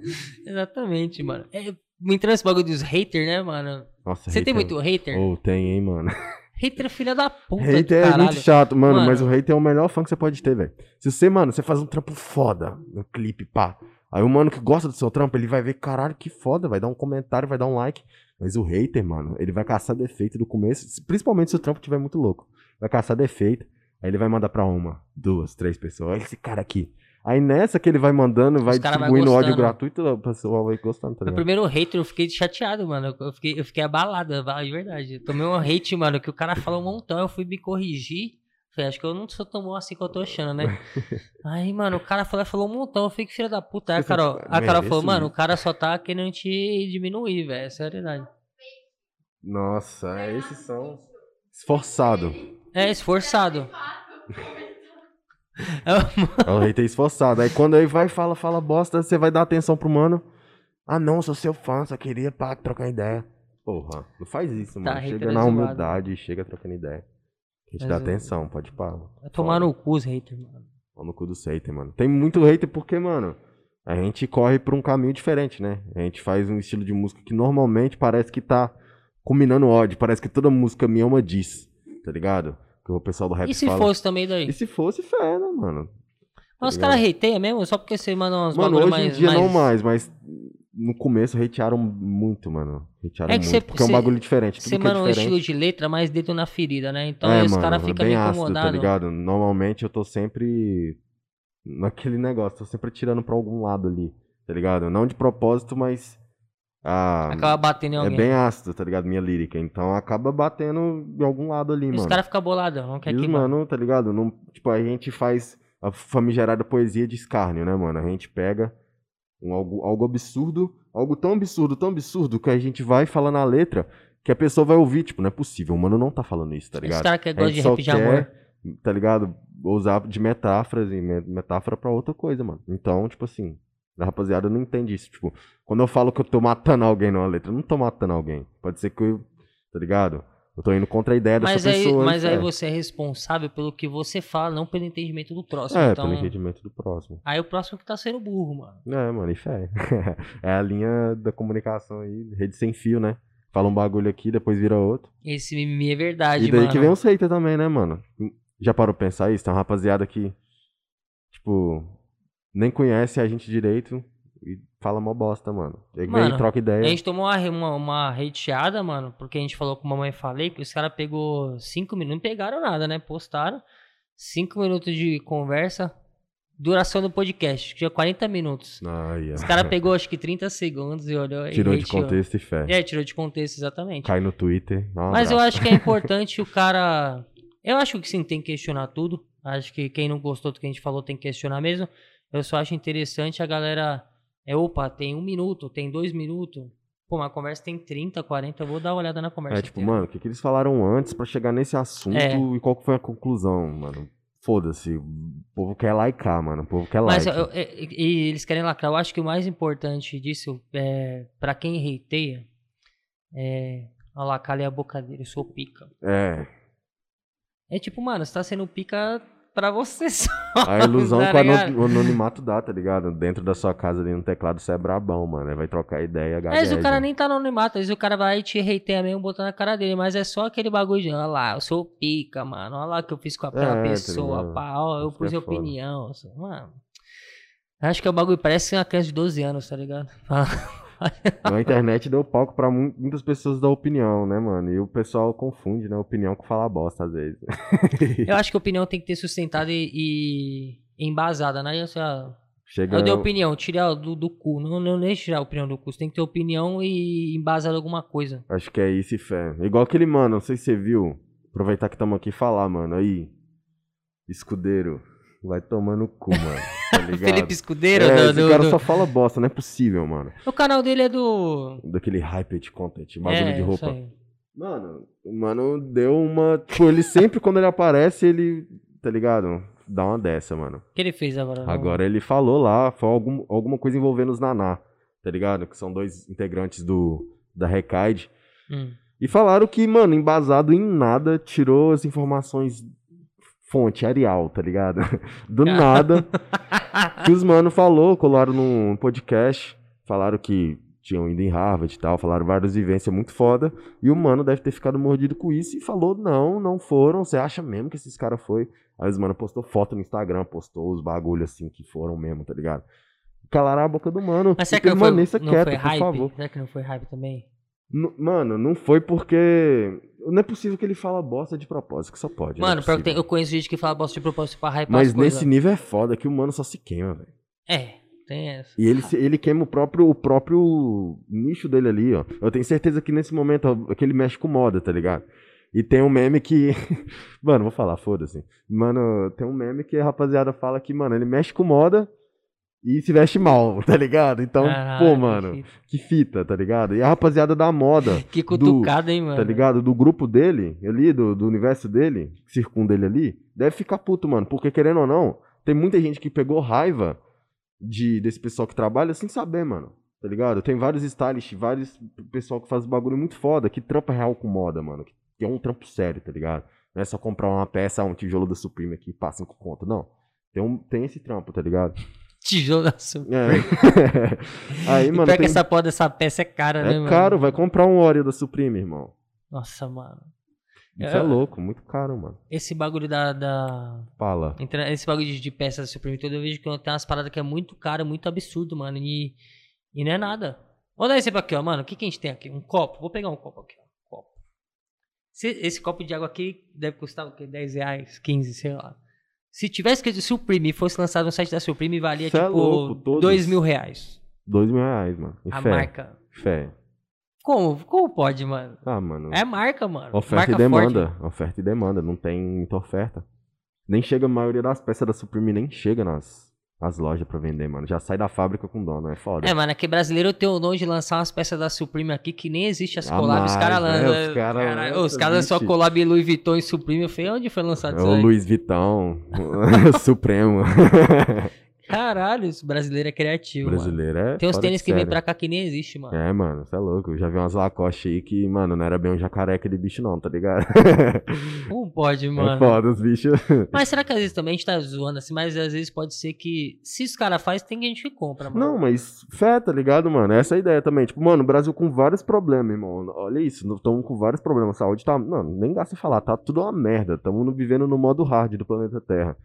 Speaker 1: Exatamente, mano. É, me entrou esse bagulho dos haters, né, mano?
Speaker 2: Nossa,
Speaker 1: Você tem
Speaker 2: hater-
Speaker 1: muito hater?
Speaker 2: Ou tem, hein, mano.
Speaker 1: Hater é filha da puta,
Speaker 2: Hater
Speaker 1: do
Speaker 2: é
Speaker 1: caralho.
Speaker 2: muito chato, mano,
Speaker 1: Mano.
Speaker 2: mas o hater é o melhor fã que você pode ter, velho. Se você, mano, você faz um trampo foda, um clipe, pá. Aí o mano que gosta do seu trampo, ele vai ver, caralho, que foda, vai dar um comentário, vai dar um like. Mas o hater, mano, ele vai caçar defeito do começo, se- principalmente se o trampo tiver muito louco. Vai caçar defeito, aí ele vai mandar pra uma, duas, três pessoas. Olha esse cara aqui. Aí nessa que ele vai mandando, vai
Speaker 1: cara vai
Speaker 2: distribuindo ódio
Speaker 1: gostando. É
Speaker 2: gratuito, o pessoal vai gostando, tá
Speaker 1: Meu
Speaker 2: ligado?
Speaker 1: primeiro hater, eu fiquei chateado, mano. Eu fiquei, eu fiquei abalado, abalado de verdade. Eu tomei um hate, mano, que o cara falou um montão. Eu fui me corrigir. Falei, acho que eu não sou tão bom assim que eu tô achando, né? Aí, mano, o cara falou, falou um montão. Eu falei, que filha da puta. Aí,
Speaker 2: tá
Speaker 1: a Carol, a Carol falou,
Speaker 2: é
Speaker 1: mano, o
Speaker 2: um
Speaker 1: cara só tá querendo te diminuir, velho. Essa é a verdade.
Speaker 2: Nossa, esses são esforçados.
Speaker 1: É, esforçado.
Speaker 2: É o hater esforçado. Aí quando ele vai fala, fala bosta, você vai dar atenção pro mano. Ah não, sou seu fã, só queria pá, trocar ideia. Porra, não faz isso, mano.
Speaker 1: hater
Speaker 2: chega
Speaker 1: é
Speaker 2: na
Speaker 1: zoado.
Speaker 2: humildade e chega trocando ideia. A gente dá
Speaker 1: Mas é-
Speaker 2: atenção, pode pá.
Speaker 1: Vai tomar no cu os haters, mano.
Speaker 2: Pau no cu dos hater, mano. Tem muito hater porque, mano, a gente corre por um caminho diferente, né? A gente faz um estilo de música que normalmente parece que tá combinando ódio. Parece que toda música minha é uma diz, tá ligado? É, Que o pessoal do rap
Speaker 1: E se
Speaker 2: fala.
Speaker 1: fosse também daí?
Speaker 2: E se fosse, fé, né, mano?
Speaker 1: Mas os
Speaker 2: ligado?
Speaker 1: caras hateiam mesmo? Só porque você manda uns
Speaker 2: é Mano,
Speaker 1: bagulho
Speaker 2: hoje
Speaker 1: mais...
Speaker 2: em dia não mais, mas no começo hatearam muito, mano. Hatearam
Speaker 1: É que
Speaker 2: muito.
Speaker 1: cê-
Speaker 2: porque é um
Speaker 1: cê-
Speaker 2: bagulho diferente. Tudo
Speaker 1: Você
Speaker 2: que é
Speaker 1: manda um
Speaker 2: diferente.
Speaker 1: estilo de letra mais dedo na ferida, né? Então
Speaker 2: é,
Speaker 1: esse
Speaker 2: mano,
Speaker 1: cara
Speaker 2: é
Speaker 1: fica
Speaker 2: bem
Speaker 1: meio
Speaker 2: ácido, tá
Speaker 1: incomodado.
Speaker 2: ligado? Normalmente eu tô sempre naquele negócio, tô sempre atirando pra algum lado ali, tá ligado? Não de propósito, mas. ah,
Speaker 1: Acaba batendo em
Speaker 2: é
Speaker 1: alguém.
Speaker 2: bem ácido, tá ligado? Minha lírica. Então acaba batendo de algum lado ali,
Speaker 1: E os
Speaker 2: mano.
Speaker 1: caras ficam bolados, não quer
Speaker 2: Isso,
Speaker 1: que mano.
Speaker 2: mano, tá ligado? Não, tipo, a gente faz a famigerada poesia de escárnio, né, mano? A gente pega um, algo, algo absurdo, algo tão absurdo, tão absurdo, que a gente vai falar na letra que a pessoa vai ouvir, tipo, não é possível, o mano não tá falando isso, tá
Speaker 1: Esse
Speaker 2: ligado?
Speaker 1: cara que
Speaker 2: a
Speaker 1: gosta
Speaker 2: gente
Speaker 1: de
Speaker 2: só
Speaker 1: rap de amor.
Speaker 2: quer, tá ligado? Usar de metáforas e me- metáfora pra outra coisa, mano. Então, tipo assim, a rapaziada não entende isso. Tipo, quando eu falo que eu tô matando alguém numa letra, eu não tô matando alguém. Pode ser que eu, tá ligado? Eu tô indo contra a ideia
Speaker 1: Mas
Speaker 2: dessa
Speaker 1: aí,
Speaker 2: pessoa.
Speaker 1: mas aí
Speaker 2: é.
Speaker 1: você é responsável pelo que você fala, não pelo entendimento do próximo.
Speaker 2: É,
Speaker 1: então,
Speaker 2: pelo entendimento do próximo.
Speaker 1: aí o próximo que tá sendo burro, mano.
Speaker 2: É, mano, isso é. é a linha da comunicação aí, rede sem fio, né? Fala um bagulho aqui, depois vira outro.
Speaker 1: Esse mimimi é verdade,
Speaker 2: e daí
Speaker 1: mano.
Speaker 2: que vem os haters também, né, mano? Já parou pra pensar isso? Tem uma rapaziada que, tipo, nem conhece a gente direito e fala mó bosta, mano. Aí vem
Speaker 1: Mano,
Speaker 2: e troca
Speaker 1: A
Speaker 2: ideia.
Speaker 1: gente tomou uma, uma, uma hateada, mano, porque a gente falou com a mamãe falei que os caras pegou cinco minutos, não pegaram nada, né? Postaram. cinco minutos de conversa. Duração do podcast, que tinha 40 minutos.
Speaker 2: Ah, yeah.
Speaker 1: Os caras pegou acho que 30 segundos e olhou e
Speaker 2: Tirou de
Speaker 1: hateou.
Speaker 2: contexto e fé.
Speaker 1: É, tirou de contexto, exatamente.
Speaker 2: Cai no Twitter. dá um
Speaker 1: Mas eu
Speaker 2: abraço.
Speaker 1: acho que é importante o cara. Eu acho que sim, tem que questionar tudo. Acho que quem não gostou do que a gente falou tem que questionar mesmo. Eu só acho interessante a galera. É, opa, tem um minuto, tem dois minutos. Pô, uma conversa tem 30, 40. Eu vou dar uma olhada na conversa.
Speaker 2: É tipo,
Speaker 1: inteira.
Speaker 2: mano, o que, que eles falaram antes pra chegar nesse assunto
Speaker 1: É.
Speaker 2: e qual que foi a conclusão, mano? Foda-se, o povo quer likear, mano, o povo quer
Speaker 1: Mas
Speaker 2: like.
Speaker 1: eu- eu- e eles querem lacrar. Eu acho que o mais importante disso, é, pra quem hateia, é. Olha lá, calei a boca dele, eu sou pica.
Speaker 2: É,
Speaker 1: É tipo, mano, você tá sendo pica pra você só.
Speaker 2: a ilusão
Speaker 1: Tá
Speaker 2: que o
Speaker 1: ligado?
Speaker 2: ano- o anonimato dá, tá ligado? Dentro da sua casa ali no teclado você é brabão, mano, aí vai trocar ideia,
Speaker 1: Às vezes
Speaker 2: gagueja.
Speaker 1: o cara nem tá no anonimato, às vezes o cara vai e te reiteia mesmo, botando na cara dele, mas é só aquele bagulho de, olha lá, eu sou pica, mano, olha lá o que eu fiz com
Speaker 2: É,
Speaker 1: aquela
Speaker 2: tá
Speaker 1: pessoa,
Speaker 2: ligado?
Speaker 1: pá, ó, eu
Speaker 2: Isso que é
Speaker 1: pus minha
Speaker 2: foda.
Speaker 1: opinião, eu sou- mano. Acho que o bagulho parece uma criança de 12 anos, tá ligado?
Speaker 2: Na Então, internet deu palco pra mu- muitas pessoas da opinião, né, mano? E o pessoal confunde, né, opinião com falar bosta às vezes.
Speaker 1: Eu acho que a opinião tem que ter sustentada e, e embasada, né? Eu, sei lá,
Speaker 2: Chega
Speaker 1: eu dei opinião, tirar do, do cu, não, não deixa tirar a opinião do cu, você tem que ter opinião e embasada alguma coisa.
Speaker 2: Acho que é isso e fé. Igual aquele mano, não sei se você viu. Aproveitar que estamos aqui e falar, mano. Aí, escudeiro, vai tomando cu, mano. Tá ligado?
Speaker 1: Felipe Escudeiro,
Speaker 2: é,
Speaker 1: do-
Speaker 2: esse
Speaker 1: do-
Speaker 2: cara
Speaker 1: do-
Speaker 2: só fala bosta, não é possível, mano.
Speaker 1: o canal dele é do...
Speaker 2: Daquele hype de content, bagulho
Speaker 1: é,
Speaker 2: de
Speaker 1: isso
Speaker 2: roupa.
Speaker 1: aí.
Speaker 2: Mano, o mano deu uma. Tipo, ele sempre, quando ele aparece, ele. Tá ligado? Dá uma dessa, mano.
Speaker 1: O que ele fez agora? Não-
Speaker 2: Agora ele falou lá, foi algum, alguma coisa envolvendo os Naná, tá ligado? Que são dois integrantes do da Recaid.
Speaker 1: Hum.
Speaker 2: E E falaram que, mano, embasado em nada, tirou as informações fonte, Arial, tá ligado? Do nada. que os mano falou, colaram num podcast, falaram que tinham ido em Harvard e tal, falaram várias vivências muito foda. E o mano deve ter ficado mordido com isso e falou: não, não foram. Você acha mesmo que esses caras foi? Aí os mano postou foto no Instagram, postou os bagulhos assim que foram mesmo, tá ligado? Calaram a boca do mano.
Speaker 1: Mas será
Speaker 2: E
Speaker 1: que não foi,
Speaker 2: permaneça
Speaker 1: não
Speaker 2: quieto,
Speaker 1: foi
Speaker 2: por
Speaker 1: hype?
Speaker 2: favor.
Speaker 1: Será que não foi hype também?
Speaker 2: N- Mano, não foi porque. Não é possível que ele fala bosta de propósito, que só pode. não é
Speaker 1: Mano, pior que
Speaker 2: possível.
Speaker 1: tem- eu conheço gente que fala bosta de propósito pra hypar
Speaker 2: Mas
Speaker 1: as coisas.
Speaker 2: nesse nível é foda que o mano só se queima, velho.
Speaker 1: É, tem essa.
Speaker 2: E ele, se- ele queima o próprio, o próprio nicho dele ali, ó. Eu tenho certeza que nesse momento ó, que ele mexe com moda, tá ligado? E tem um meme que. mano, vou falar, foda-se. Mano, tem um meme que a rapaziada fala que, mano, ele mexe com moda e se veste mal, tá ligado? Então,
Speaker 1: Caralho,
Speaker 2: pô,
Speaker 1: que
Speaker 2: mano,
Speaker 1: fita.
Speaker 2: que fita, tá ligado? E a rapaziada da moda.
Speaker 1: Que cutucada, hein, mano.
Speaker 2: tá ligado? Do grupo dele, ali, do, do universo dele, que circunda ele ali, deve ficar puto, mano. Porque, querendo ou não, tem muita gente que pegou raiva de, desse pessoal que trabalha sem saber, mano. Tá ligado? Tem vários stylists, vários pessoal que faz bagulho muito foda, que trampa real com moda, mano. Que, que é um trampo sério, tá ligado? Não é só comprar uma peça, ah, um tijolo da Supreme aqui e passa com conta, não. Tem, um, tem esse trampo, tá ligado?
Speaker 1: Tijolo da açúcar.
Speaker 2: É. Aí, mano,
Speaker 1: Pior que
Speaker 2: tem-
Speaker 1: essa porra dessa peça é cara, né,
Speaker 2: é
Speaker 1: mano?
Speaker 2: caro, vai comprar um Oreo da Supreme, irmão.
Speaker 1: Nossa, mano.
Speaker 2: Isso é
Speaker 1: É.
Speaker 2: louco, muito caro, mano.
Speaker 1: Esse bagulho da... da-
Speaker 2: Fala.
Speaker 1: entra- Esse bagulho de, de peça da Supreme todo, eu vejo que tem umas paradas que é muito cara, muito absurdo, mano. E, e não é nada. Vou dar exemplo aqui, ó, mano. O que, que a gente tem aqui? Um copo. Vou pegar um copo aqui, ó. Um copo. Se- esse copo de água aqui deve custar o quê? 10 reais, 15, sei lá. Se tivesse que Supreme fosse lançado no site da Supreme, valia
Speaker 2: Cê é
Speaker 1: tipo
Speaker 2: louco, todos.
Speaker 1: 2 mil reais.
Speaker 2: Dois mil reais, mano. E
Speaker 1: a
Speaker 2: fé.
Speaker 1: marca.
Speaker 2: Fé.
Speaker 1: Como? Como pode, mano?
Speaker 2: Ah, mano.
Speaker 1: É marca, mano. marca
Speaker 2: oferta e
Speaker 1: forte.
Speaker 2: demanda. Oferta e demanda. Não tem muita oferta. Nem chega, a maioria das peças da Supreme nem chega nas, nas lojas pra vender, mano. Já sai da fábrica com dono, é foda.
Speaker 1: É, mano, aqui brasileiro tem o dom de lançar umas peças da Supreme aqui que nem existe as
Speaker 2: A
Speaker 1: collabs. Os
Speaker 2: mais,
Speaker 1: caras
Speaker 2: né?
Speaker 1: lançam.
Speaker 2: Os cara
Speaker 1: Caralho, Os
Speaker 2: lança,
Speaker 1: caras lançam
Speaker 2: vixe.
Speaker 1: collab Louis Vuitton e Supreme. Eu falei, onde foi lançado
Speaker 2: É
Speaker 1: isso
Speaker 2: o
Speaker 1: aí?
Speaker 2: Luiz Vitão, o Supremo.
Speaker 1: Caralho, esse brasileiro é criativo, mano.
Speaker 2: Brasileiro é.
Speaker 1: Tem uns
Speaker 2: fora
Speaker 1: tênis
Speaker 2: de
Speaker 1: que vem
Speaker 2: série.
Speaker 1: pra cá que nem existe, mano.
Speaker 2: É, mano, você é louco. Eu já vi umas Lacoste aí que, mano, não era bem um jacaré aquele bicho, não, tá ligado?
Speaker 1: Como pode,
Speaker 2: É
Speaker 1: mano?
Speaker 2: foda os bichos.
Speaker 1: mas será que às vezes também a gente tá zoando assim, mas às vezes pode ser que se os caras fazem, tem gente que compra, mano.
Speaker 2: Não, mas fé, tá ligado, mano? Essa é a ideia também. Tipo, mano, o Brasil com vários problemas, irmão. Olha isso, estamos com vários problemas. Saúde tá. Não, nem gasta em falar, tá tudo uma merda. Estamos vivendo no modo hard do planeta Terra.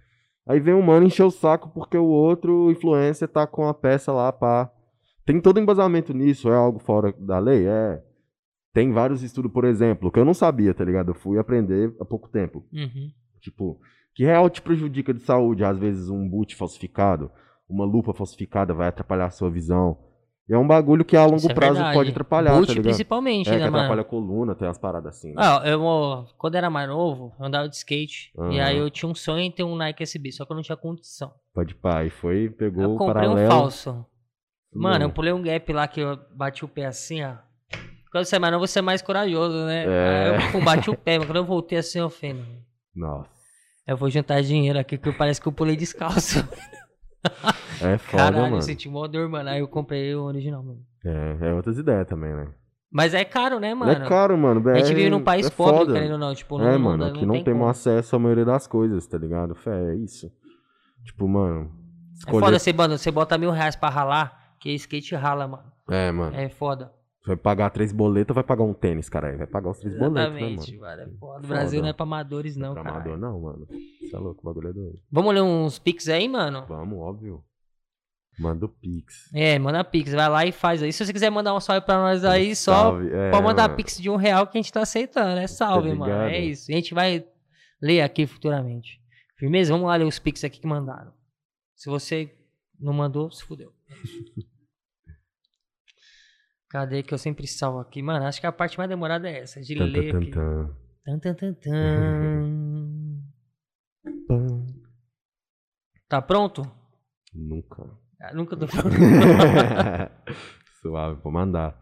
Speaker 2: Aí vem um mano encher o saco porque o outro influencer tá com a peça lá, pá. Tem todo embasamento nisso, é algo fora da lei? É. Tem vários estudos, por exemplo, que eu não sabia, tá ligado? Eu fui aprender há pouco tempo.
Speaker 1: Uhum.
Speaker 2: Tipo, que real te prejudica de saúde? Às vezes um boot falsificado, uma lupa falsificada vai atrapalhar a sua visão. E é um bagulho que a longo
Speaker 1: Isso é
Speaker 2: prazo
Speaker 1: verdade.
Speaker 2: pode atrapalhar,
Speaker 1: Boot,
Speaker 2: tá ligado?
Speaker 1: principalmente,
Speaker 2: é, que
Speaker 1: né, mano?
Speaker 2: atrapalha a coluna, tem umas paradas assim. Né?
Speaker 1: Ah, eu, ó, quando era mais novo, eu andava de skate. E
Speaker 2: Aham.
Speaker 1: aí eu tinha um sonho em ter um Nike SB, só que eu não tinha condição.
Speaker 2: Pode pá, e foi, pegou
Speaker 1: eu
Speaker 2: o
Speaker 1: comprei
Speaker 2: paralelo. né?
Speaker 1: um falso. Mano, eu
Speaker 2: Não.
Speaker 1: pulei um gap lá que eu bati o pé assim, ó. Quando você é mais novo, você é mais corajoso, né?
Speaker 2: É.
Speaker 1: Aí eu pum, bati o pé, mas quando eu voltei assim, eu falei, não,
Speaker 2: Nossa,
Speaker 1: eu vou juntar dinheiro aqui, que parece que eu pulei descalço.
Speaker 2: é foda,
Speaker 1: Caralho, eu
Speaker 2: mano.
Speaker 1: senti mó dor, mano. Aí eu comprei o original, mano.
Speaker 2: É, é outras ideias também, né?
Speaker 1: Mas é caro, né, mano?
Speaker 2: é caro, mano.
Speaker 1: A gente
Speaker 2: BR
Speaker 1: vive num país
Speaker 2: é
Speaker 1: pobre,
Speaker 2: foda.
Speaker 1: querendo ou não. Tipo, não,
Speaker 2: é,
Speaker 1: não,
Speaker 2: mano,
Speaker 1: não
Speaker 2: aqui não, temos
Speaker 1: como.
Speaker 2: acesso à maioria das coisas, tá ligado? Fé, é isso. Tipo, mano,
Speaker 1: É
Speaker 2: escolher...
Speaker 1: foda você, mano, você bota mil reais pra ralar, que skate rala, mano.
Speaker 2: é mano.
Speaker 1: É foda.
Speaker 2: Você Vai pagar três boletas, vai pagar um tênis, cara. Vai pagar os três boletos, né, mano?
Speaker 1: Exatamente, mano. É foda. O Brasil
Speaker 2: Foda.
Speaker 1: não é pra amadores, não,
Speaker 2: pra
Speaker 1: cara.
Speaker 2: amador, não, mano. Você é louco, o bagulho é doido.
Speaker 1: Vamos ler uns pix aí, mano?
Speaker 2: Vamos, óbvio. Manda o Pix.
Speaker 1: É, manda pix, vai lá e faz aí. Se você quiser mandar um salve pra nós aí, só
Speaker 2: Salve. É,
Speaker 1: pode mandar
Speaker 2: mano. Tá
Speaker 1: pix de um real que a gente tá aceitando. É salve, mano.
Speaker 2: ligado?
Speaker 1: É isso. A gente vai ler aqui futuramente. Firmeza? Vamos lá ler os pix aqui que mandaram. Se você não mandou, se fudeu. É Cadê que eu sempre salvo aqui? Mano, acho que a parte mais demorada é essa, de
Speaker 2: Tan,
Speaker 1: ler
Speaker 2: tan,
Speaker 1: aqui.
Speaker 2: tan,
Speaker 1: Tan, tan, tan, tan.
Speaker 2: tan.
Speaker 1: Tá pronto?
Speaker 2: Nunca.
Speaker 1: Ah, Nunca tô pronto.
Speaker 2: Suave, vou mandar.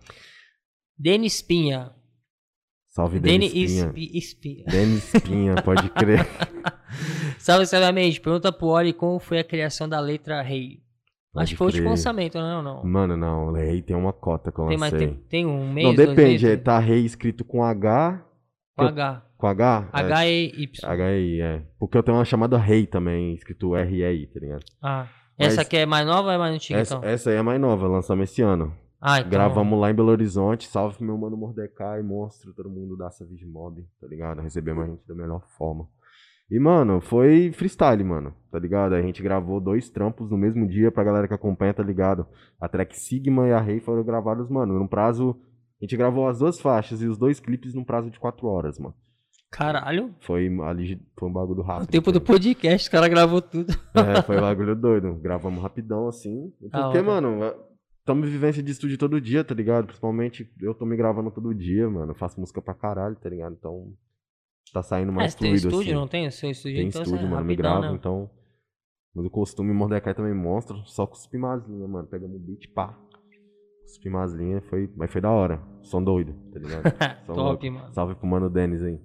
Speaker 1: Denis Pinha.
Speaker 2: Salve,
Speaker 1: Denis
Speaker 2: Denis Pinha.
Speaker 1: Espi- Espinha.
Speaker 2: Denis Pinha, pode crer.
Speaker 1: Salve, salve, mente. Pergunta pro Oli como foi a criação da letra rei.
Speaker 2: Pode
Speaker 1: Acho que foi o último
Speaker 2: crer.
Speaker 1: lançamento, não, não.
Speaker 2: Mano, não, aí tem uma cota que eu
Speaker 1: Tem, mais,
Speaker 2: lancei.
Speaker 1: tem, tem um mês,
Speaker 2: é. não,
Speaker 1: dois
Speaker 2: depende,
Speaker 1: meses?
Speaker 2: é, tá rei escrito com H.
Speaker 1: Com H.
Speaker 2: Com H? É,
Speaker 1: H e Y.
Speaker 2: HI, é. Porque eu tenho uma chamada Rei também, escrito REI, tá ligado?
Speaker 1: Ah.
Speaker 2: Mas-
Speaker 1: Essa aqui é mais nova ou é mais antiga,
Speaker 2: Essa,
Speaker 1: então?
Speaker 2: essa aí é a mais nova, lançamos esse ano.
Speaker 1: Ah, então.
Speaker 2: Gravamos lá em Belo Horizonte, salve meu mano Mordecai, monstro, todo mundo da Savage Mob, tá ligado? Recebemos a gente da melhor forma. E, mano, foi freestyle, mano, tá ligado? A gente gravou dois trampos no mesmo dia pra galera que acompanha, tá ligado? A track Sigma e a Rei foram gravados, mano, num prazo. A gente gravou as duas faixas e os dois clipes num prazo de quatro horas, mano.
Speaker 1: Caralho.
Speaker 2: Foi ali, foi um bagulho rápido.
Speaker 1: O tempo
Speaker 2: tá
Speaker 1: do podcast, o cara gravou tudo.
Speaker 2: É, foi um bagulho doido. Gravamos rapidão, assim.
Speaker 1: Da
Speaker 2: Porque,
Speaker 1: hora.
Speaker 2: mano, estamos vivência de estúdio todo dia, tá ligado? Principalmente eu tô me gravando todo dia, mano. Eu faço música pra caralho, tá ligado? Então tá saindo
Speaker 1: Mas
Speaker 2: mais
Speaker 1: É, tem
Speaker 2: fluido,
Speaker 1: estúdio,
Speaker 2: assim.
Speaker 1: não tem? O seu estúdio,
Speaker 2: Tem
Speaker 1: então
Speaker 2: estúdio,
Speaker 1: é
Speaker 2: mano. Me
Speaker 1: rapidão,
Speaker 2: gravo,
Speaker 1: né?
Speaker 2: então... Mas o costume, Mordecai também monstro. Só cuspir umas linhas, mano. Pegamos o beat, pá. Cuspir umas linhas, foi... mas foi da hora. Som doido, tá ligado? Só
Speaker 1: né? Top, mano.
Speaker 2: Salve pro mano Denis aí.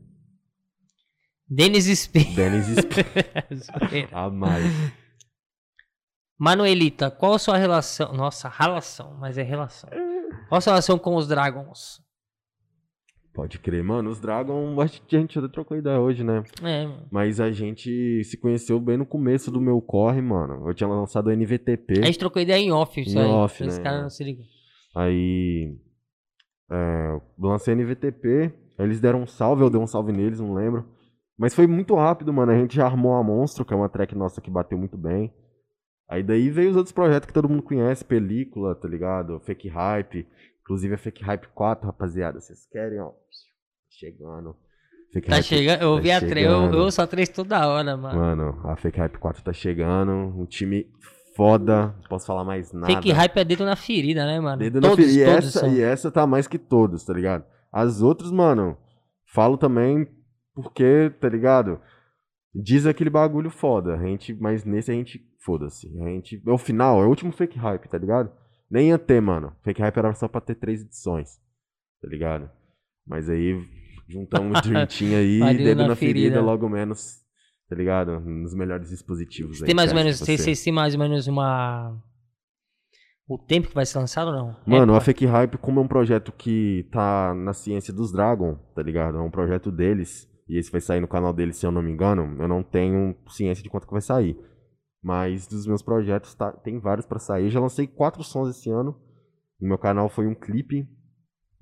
Speaker 1: Denis Spin.
Speaker 2: Denis Sp-
Speaker 1: Zoeira.
Speaker 2: a mais.
Speaker 1: Manuelita, qual a sua relação? Nossa, relação, mas é relação. Qual a sua relação com os Dragons?
Speaker 2: Pode crer, mano. Os Dragon, acho que a gente até trocou ideia hoje, né?
Speaker 1: É, mano.
Speaker 2: Mas a gente se conheceu bem no começo do meu corre, mano. Eu tinha lançado o NVTP.
Speaker 1: A gente trocou ideia em off, isso
Speaker 2: Em
Speaker 1: aí.
Speaker 2: off,
Speaker 1: Esse
Speaker 2: né?
Speaker 1: cara não se ligam.
Speaker 2: Aí. É, eu lancei NVTP. aí Eles deram um salve, eu dei um salve neles, não lembro. Mas foi muito rápido, mano. A gente já armou a Monstro, que é uma track nossa que bateu muito bem. Aí daí veio os outros projetos que todo mundo conhece, película, tá ligado? Fake Hype. Inclusive a Fake Hype 4, rapaziada. Vocês querem, ó. Chegando. Fake
Speaker 1: Tá
Speaker 2: Hype
Speaker 1: chegando, eu ouvi a três, eu,
Speaker 2: chegando.
Speaker 1: eu só três toda hora, mano.
Speaker 2: Mano, a Fake Hype 4 tá chegando. Um time foda. Não posso falar mais nada.
Speaker 1: Fake hype é dedo na ferida, né, mano?
Speaker 2: Dedo na
Speaker 1: todos,
Speaker 2: ferida. E,
Speaker 1: todos
Speaker 2: essa,
Speaker 1: são.
Speaker 2: e essa tá mais que todos, tá ligado? As outras, mano, falo também porque, tá ligado? Diz aquele bagulho foda. A gente, mas nesse a gente. Foda-se. A gente. É o final, é o último fake hype, tá ligado? Nem ia ter, mano. Fake hype era só pra ter três edições. Tá ligado? Mas aí juntamos o Dream Team aí,
Speaker 1: Valeu
Speaker 2: dedo
Speaker 1: na
Speaker 2: na, ferida,
Speaker 1: ferida.
Speaker 2: logo menos. Tá ligado? Nos melhores dispositivos aí.
Speaker 1: Tem mais ou
Speaker 2: peço
Speaker 1: menos,
Speaker 2: pra
Speaker 1: vocês
Speaker 2: você.
Speaker 1: vocês têm mais ou menos uma. O tempo que vai ser lançado ou não? É,
Speaker 2: Mano, a
Speaker 1: Época?
Speaker 2: Fake Hype, como é um projeto que tá na ciência dos Dragon, tá ligado? É um projeto deles. E esse vai sair no canal deles, se eu não me engano. Eu não tenho ciência de quanto que vai sair. Mas dos meus projetos, tá- tem vários pra sair. Eu já lancei quatro sons esse ano. No meu canal foi um clipe.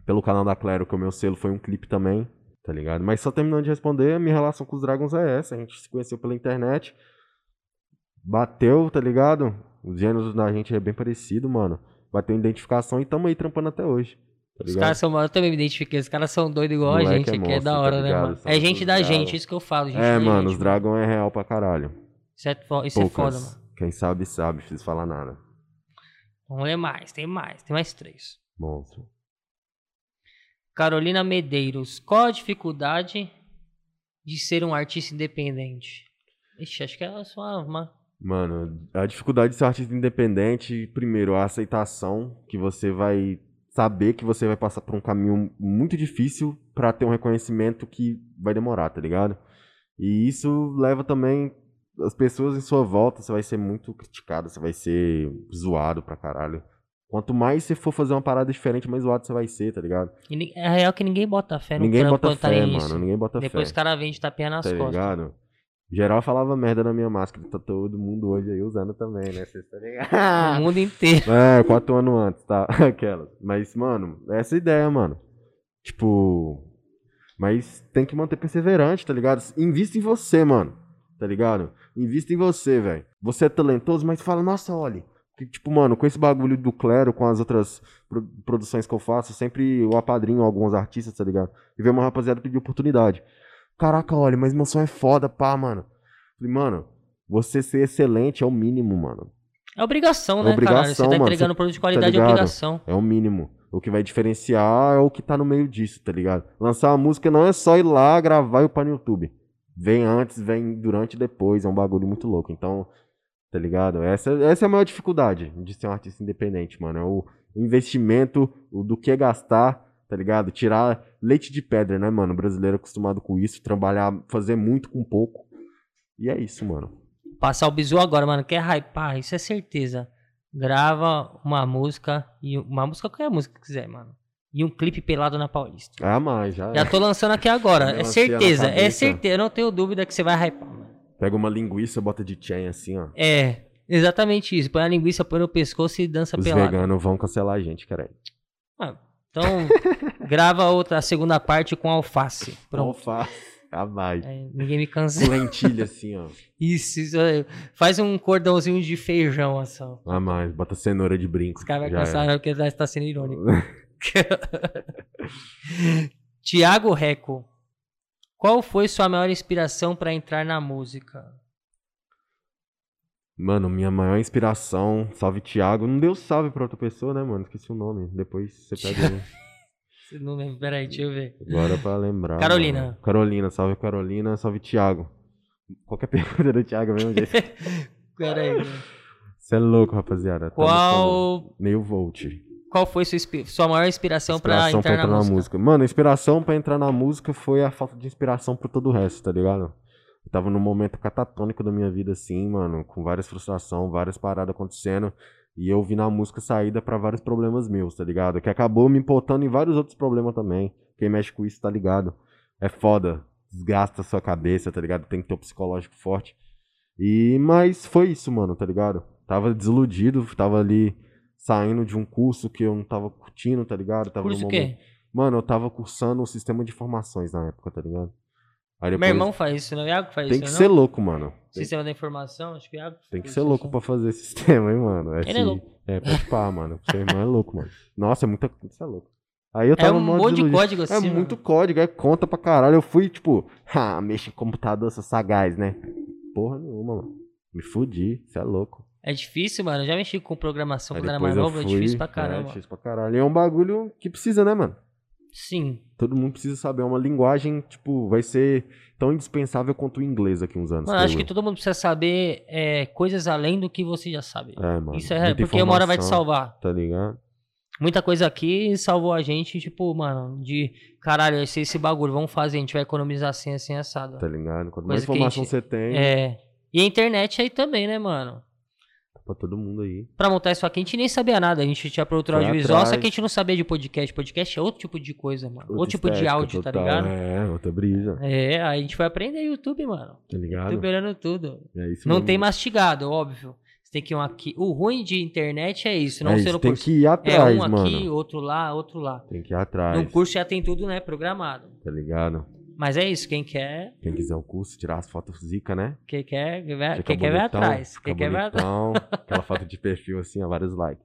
Speaker 2: Pelo canal da Claro, que é o meu selo, foi um clipe também, tá ligado? Mas só terminando de responder, a minha relação com os Dragons é essa. A gente se conheceu pela internet. Bateu, tá ligado? Os gêneros da gente é bem parecido, mano bateu identificação e tamo aí trampando até hoje. Tá
Speaker 1: Os
Speaker 2: ligado?
Speaker 1: caras são. Eu também me identifiquei, os caras são doidos igual a
Speaker 2: Moleque
Speaker 1: gente,
Speaker 2: é
Speaker 1: é que é
Speaker 2: monstro,
Speaker 1: da
Speaker 2: tá
Speaker 1: hora, né,
Speaker 2: ligado?
Speaker 1: mano?
Speaker 2: São
Speaker 1: É gente
Speaker 2: todos
Speaker 1: da
Speaker 2: bravos.
Speaker 1: gente, isso que eu falo, gente.
Speaker 2: é,
Speaker 1: da
Speaker 2: mano,
Speaker 1: gente,
Speaker 2: os Dragon é real pra caralho.
Speaker 1: Isso é, fo- isso é foda,
Speaker 2: Poucas.
Speaker 1: mano.
Speaker 2: Quem sabe, sabe, não preciso falar nada.
Speaker 1: Vamos ler um é mais, tem mais, tem mais três.
Speaker 2: Monstro.
Speaker 1: Carolina Medeiros, qual a dificuldade de ser um artista independente? Ixi, acho que é só uma. uma-
Speaker 2: Mano, a dificuldade de ser um artista independente, primeiro, a aceitação que você vai saber que você vai passar por um caminho muito difícil pra ter um reconhecimento que vai demorar, tá ligado? E isso leva também as pessoas em sua volta, você vai ser muito criticado, você vai ser zoado pra caralho. Quanto mais você for fazer uma parada diferente, mais zoado você vai ser, tá ligado?
Speaker 1: e ni- É real que ninguém bota fé no
Speaker 2: ninguém
Speaker 1: trampo
Speaker 2: bota
Speaker 1: quando tá
Speaker 2: fé,
Speaker 1: no
Speaker 2: mano,
Speaker 1: início.
Speaker 2: ninguém bota
Speaker 1: Depois
Speaker 2: fé.
Speaker 1: os caras vêm de tapinha nas
Speaker 2: Tá
Speaker 1: costas.
Speaker 2: ligado? Geral falava merda na minha máscara, tá todo mundo hoje aí usando também, né? Vocês tá
Speaker 1: O
Speaker 2: ligado?
Speaker 1: mundo inteiro.
Speaker 2: É, quatro anos antes, tá? Aquela. Mas, mano, essa é a ideia, mano. Tipo. Mas tem que manter perseverante, tá ligado? Invista em você, mano. Tá ligado? Invista em você, velho. Você é talentoso, mas fala, nossa, olha. Que, tipo, mano, com esse bagulho do Clero, com as outras pro- produções que eu faço, sempre eu apadrinho alguns artistas, tá ligado? E veio uma rapaziada pedir oportunidade. Caraca, olha, mas meu som é foda, pá, mano. Falei, mano, você ser excelente é o mínimo, mano.
Speaker 1: É obrigação, né, caralho? Você
Speaker 2: Obrigação,
Speaker 1: tá
Speaker 2: mano,
Speaker 1: entregando
Speaker 2: você-
Speaker 1: produto de qualidade, é
Speaker 2: ligado?
Speaker 1: obrigação.
Speaker 2: É o mínimo. O que vai diferenciar é o que tá no meio disso, tá ligado? Lançar uma música não é só ir lá gravar e upar no YouTube. Vem antes, vem durante e depois. É um bagulho muito louco. Então, tá ligado? Essa, essa é a maior dificuldade de ser um artista independente, mano. É o investimento, o do que gastar, tá ligado? Tirar leite de pedra, né, mano? O brasileiro é acostumado com isso, trabalhar, fazer muito com pouco. E é isso, mano.
Speaker 1: Passar o bizu agora, mano, quer hypar, isso é certeza. grava uma música, e um, uma música, qualquer música que quiser, mano. E um clipe pelado na Paulista.
Speaker 2: Ah, mas já.
Speaker 1: Já tô lançando aqui agora. É
Speaker 2: Melancia na
Speaker 1: certeza, é
Speaker 2: cabeça.
Speaker 1: certeza. Eu não tenho dúvida que você vai hypar, mano.
Speaker 2: Pega uma linguiça, bota de chain assim, ó.
Speaker 1: É, exatamente isso. Põe a linguiça, põe no pescoço e dança
Speaker 2: Os
Speaker 1: Tá pelado.
Speaker 2: veganos vão cancelar a gente, cara.
Speaker 1: Então, grava outra, a segunda parte com alface. Pronto.
Speaker 2: Alface. Ah, vai.
Speaker 1: É, ninguém me
Speaker 2: Com
Speaker 1: cancela.
Speaker 2: lentilha assim, ó.
Speaker 1: Isso, isso. é, Faz um cordãozinho de feijão, assim. ó.
Speaker 2: Ah, mas bota cenoura de brinco.
Speaker 1: Os caras
Speaker 2: Já
Speaker 1: vão
Speaker 2: era.
Speaker 1: cancelar porque nós tá sendo irônico. Tiago Reco. Qual foi sua maior inspiração pra entrar na música?
Speaker 2: Mano, minha maior inspiração. Salve, Thiago. Não deu salve pra outra pessoa, né, mano? Esqueci o nome. Depois você pega. aí.
Speaker 1: Você Não lembro, peraí, deixa eu ver.
Speaker 2: Agora pra lembrar.
Speaker 1: Carolina.
Speaker 2: mano. Carolina, salve Carolina, salve Thiago. Qualquer pergunta do Thiago mesmo, gente.
Speaker 1: Peraí. né?
Speaker 2: Você é louco, rapaziada. Tamo
Speaker 1: Qual,
Speaker 2: com Meio volt.
Speaker 1: qual foi sua, inspi- sua maior inspiração, pra entrar, na, música?
Speaker 2: Mano, a inspiração pra entrar na música foi a falta de inspiração pra todo o resto, tá ligado? Eu tava num momento catatônico da minha vida, assim, mano, com várias frustrações, várias paradas acontecendo. E eu vi na música saída pra vários problemas meus, tá ligado? Que acabou me importando em vários outros problemas também. Quem mexe com isso, tá ligado? É foda. Desgasta a sua cabeça, tá ligado? Tem que ter um psicológico forte. E, mas foi isso, mano, tá ligado? Tava desiludido, tava ali saindo de um curso que eu não tava curtindo, tá ligado? Tava
Speaker 1: Curso
Speaker 2: num
Speaker 1: o
Speaker 2: momento-
Speaker 1: quê?
Speaker 2: Mano, eu tava cursando o sistema de informações na época, tá ligado? Aí
Speaker 1: Meu
Speaker 2: depois-
Speaker 1: irmão faz isso, não? O Iago faz
Speaker 2: Tem
Speaker 1: isso, né,
Speaker 2: que
Speaker 1: não?
Speaker 2: ser louco, mano. Tem,
Speaker 1: Sistema da informação, acho que o Iago...
Speaker 2: tem que ser louco pra fazer esse sistema, hein, mano?
Speaker 1: Ele é
Speaker 2: Esse-
Speaker 1: louco.
Speaker 2: É, pode pá, mano. Seu irmão é louco, mano. Nossa, é muita coisa. Isso é louco. Aí eu
Speaker 1: É
Speaker 2: tava
Speaker 1: um
Speaker 2: mó
Speaker 1: monte de
Speaker 2: desiludido.
Speaker 1: código assim,
Speaker 2: É
Speaker 1: mano.
Speaker 2: muito código, é conta pra caralho. Eu fui, tipo, ah, mexi em computador, sou sagaz, né? Porra nenhuma, mano. Me fudi, você é louco.
Speaker 1: É difícil, mano. Eu já mexi com programação
Speaker 2: Aí
Speaker 1: quando era
Speaker 2: depois
Speaker 1: mais
Speaker 2: eu
Speaker 1: novo, é
Speaker 2: fui,
Speaker 1: difícil pra
Speaker 2: É,
Speaker 1: caramba.
Speaker 2: difícil pra caralho. E é um bagulho que precisa, né, mano?
Speaker 1: Sim.
Speaker 2: Todo mundo precisa saber. É uma linguagem, tipo, vai ser tão indispensável quanto o inglês aqui uns anos.
Speaker 1: Mano, acho que
Speaker 2: creio
Speaker 1: todo mundo precisa saber é, coisas além do que você já sabe.
Speaker 2: eu. É, mano.
Speaker 1: Isso é,
Speaker 2: muita
Speaker 1: porque uma hora vai te
Speaker 2: informação,
Speaker 1: salvar.
Speaker 2: Tá ligado?
Speaker 1: Muita coisa aqui salvou a gente, tipo, mano, de caralho, esse, esse bagulho, vamos fazer, a gente vai economizar assim, assim, assado.
Speaker 2: Tá ligado? Quanto
Speaker 1: Coisa
Speaker 2: mais
Speaker 1: que a
Speaker 2: informação
Speaker 1: gente-
Speaker 2: você tem,
Speaker 1: É. E a internet aí também, né, mano?
Speaker 2: pra todo mundo aí.
Speaker 1: Pra montar isso aqui, a gente nem sabia nada. A gente tinha produtor
Speaker 2: Foi
Speaker 1: audiovisual, só
Speaker 2: atrás.
Speaker 1: que a gente não sabia de podcast. Podcast é outro tipo de coisa, mano. Outro,
Speaker 2: Outra
Speaker 1: tipo de
Speaker 2: estética
Speaker 1: áudio, tá
Speaker 2: total,
Speaker 1: ligado?
Speaker 2: É, outra brisa.
Speaker 1: É, aí a gente foi aprender YouTube, mano.
Speaker 2: Tá ligado?
Speaker 1: YouTube olhando tudo.
Speaker 2: É isso
Speaker 1: Não
Speaker 2: mesmo.
Speaker 1: tem mastigado, óbvio. Você tem que ir um aqui. O ruim de internet é isso, não
Speaker 2: é
Speaker 1: ser
Speaker 2: isso,
Speaker 1: no
Speaker 2: tem
Speaker 1: curso.
Speaker 2: que ir
Speaker 1: É
Speaker 2: atrás,
Speaker 1: um
Speaker 2: mano.
Speaker 1: aqui, outro lá, outro lá.
Speaker 2: Tem que ir atrás,
Speaker 1: No curso já tem tudo, né, programado.
Speaker 2: tá ligado?
Speaker 1: Mas é isso, quem quer,
Speaker 2: Quem quiser o curso, tirar as fotos zica, né?
Speaker 1: quem quer, vai-
Speaker 2: Fica
Speaker 1: É, quem quer vai
Speaker 2: bonitão,
Speaker 1: atrás.
Speaker 2: fica
Speaker 1: Quem quer vai atrás.
Speaker 2: bonitão. Aquela foto de perfil assim, ó, vários likes.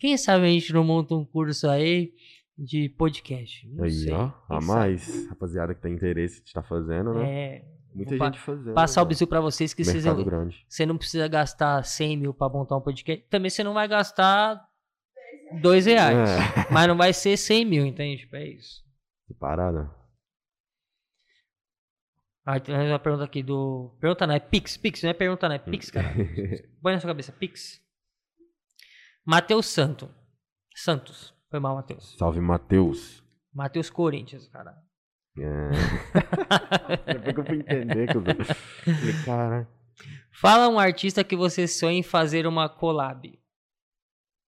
Speaker 1: Quem sabe a gente não monta um curso aí de podcast. Não
Speaker 2: aí,
Speaker 1: sei.
Speaker 2: ó. A
Speaker 1: Quem
Speaker 2: mais, rapaziada que tem interesse de estar fazendo,
Speaker 1: sabe?
Speaker 2: né?
Speaker 1: É,
Speaker 2: Muita
Speaker 1: vou
Speaker 2: gente fazendo.
Speaker 1: passar o
Speaker 2: mano.
Speaker 1: bizu pra vocês que vocês
Speaker 2: Mercado
Speaker 1: não,
Speaker 2: grande.
Speaker 1: você não precisa gastar 100 mil pra montar um podcast. Também você não vai gastar 2 reais.
Speaker 2: É,
Speaker 1: Mas não vai ser 100 mil, entende? Tipo, é isso.
Speaker 2: parada.
Speaker 1: Ah, tem mais uma pergunta aqui do. Pergunta não, é Pix, Pix, não é pergunta não, é Pix, cara. Põe na sua cabeça, Pix. Matheus Santo. Santos. Foi mal, Matheus.
Speaker 2: Salve, Matheus.
Speaker 1: Matheus Corinthians, cara.
Speaker 2: É. Depois que eu fui entender, que eu... Falei, cara.
Speaker 1: Fala um artista que você sonha em fazer uma collab.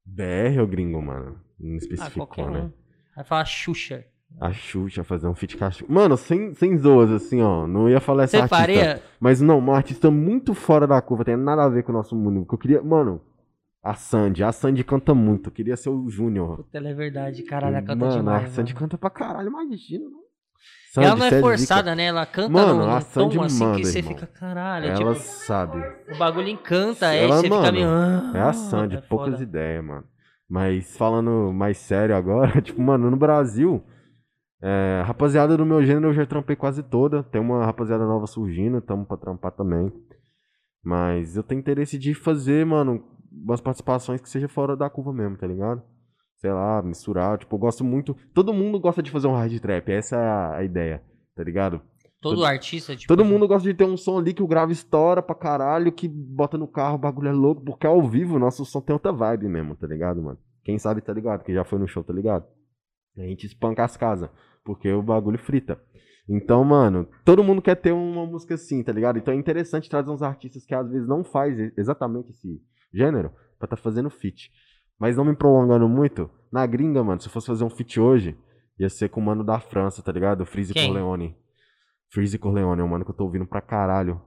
Speaker 2: BR ou é gringo, mano? Não
Speaker 1: Ah,
Speaker 2: especificou,
Speaker 1: qualquer
Speaker 2: né?
Speaker 1: um. Aí fala Xuxa.
Speaker 2: A Xuxa fazer um feat com a Xuxa. Mano, sem, sem zoas, assim, ó. Não ia falar essa
Speaker 1: Você
Speaker 2: artista.
Speaker 1: faria?
Speaker 2: Mas não, uma artista muito fora da curva. Tem nada a ver com o nosso mundo. Porque eu queria... Mano, a Sandy. A Sandy canta muito. Eu queria ser o Júnior.
Speaker 1: Puta, ela é verdade, caralho, ela canta
Speaker 2: mano,
Speaker 1: demais.
Speaker 2: a Sandy
Speaker 1: mano.
Speaker 2: canta pra caralho. Imagina, mano.
Speaker 1: ela não
Speaker 2: Sandy, cê
Speaker 1: é
Speaker 2: zica.
Speaker 1: forçada, né? Ela canta
Speaker 2: Mano,
Speaker 1: num,
Speaker 2: a
Speaker 1: num
Speaker 2: Sandy
Speaker 1: tom assim
Speaker 2: manda,
Speaker 1: que você
Speaker 2: irmão.
Speaker 1: fica, caralho.
Speaker 2: Ela
Speaker 1: tipo,
Speaker 2: sabe.
Speaker 1: o bagulho encanta, é,
Speaker 2: Ela,
Speaker 1: você fica
Speaker 2: mano,
Speaker 1: meio.
Speaker 2: É a Sandy,
Speaker 1: é
Speaker 2: poucas
Speaker 1: foda.
Speaker 2: ideias, mano. Mas falando mais sério agora, tipo, mano, no Brasil, é, rapaziada do meu gênero eu já trampei quase toda. Tem uma rapaziada nova surgindo, tamo pra trampar também. Mas eu tenho interesse de fazer, mano, umas participações que seja fora da curva mesmo, tá ligado? Sei lá, misturar. Tipo, eu gosto muito. Todo mundo gosta de fazer um hard trap, essa é a- a ideia, tá ligado?
Speaker 1: Todo artista, tipo.
Speaker 2: Todo mundo gosta de ter um som ali que o grave estoura pra caralho, que bota no carro, o bagulho é louco, porque ao vivo o nosso som tem outra vibe mesmo, tá ligado, mano? Quem sabe tá ligado, quem já foi no show, tá ligado? A gente espanca as casas, porque o bagulho frita. Então, mano, todo mundo quer ter uma música assim, tá ligado? Então é interessante trazer uns artistas que às vezes não faz e- exatamente esse gênero, pra tá fazendo fit. Mas não me prolongando muito, na gringa, mano, se eu fosse fazer um fit hoje, ia ser com o mano da França, tá ligado? O Freeze
Speaker 1: Quem?
Speaker 2: Corleone. Freeze Corleone é um mano que eu tô ouvindo pra caralho.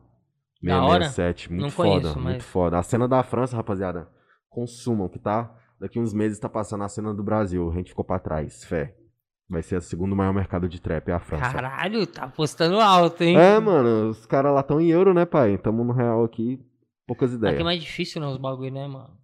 Speaker 1: Da hora?
Speaker 2: 667, muito
Speaker 1: Não
Speaker 2: foda,
Speaker 1: conheço, mas-
Speaker 2: muito foda. A cena da França, rapaziada, consumam, que tá... Daqui uns meses tá passando a cena do Brasil, a gente ficou pra trás, fé. Vai ser o segundo maior mercado de trap, é a França.
Speaker 1: Caralho, tá apostando alto, hein?
Speaker 2: É, mano, os caras lá estão em euro, né, pai? Tamo no real aqui, poucas ideias.
Speaker 1: Aqui é mais difícil, né, os bagulho, né, mano?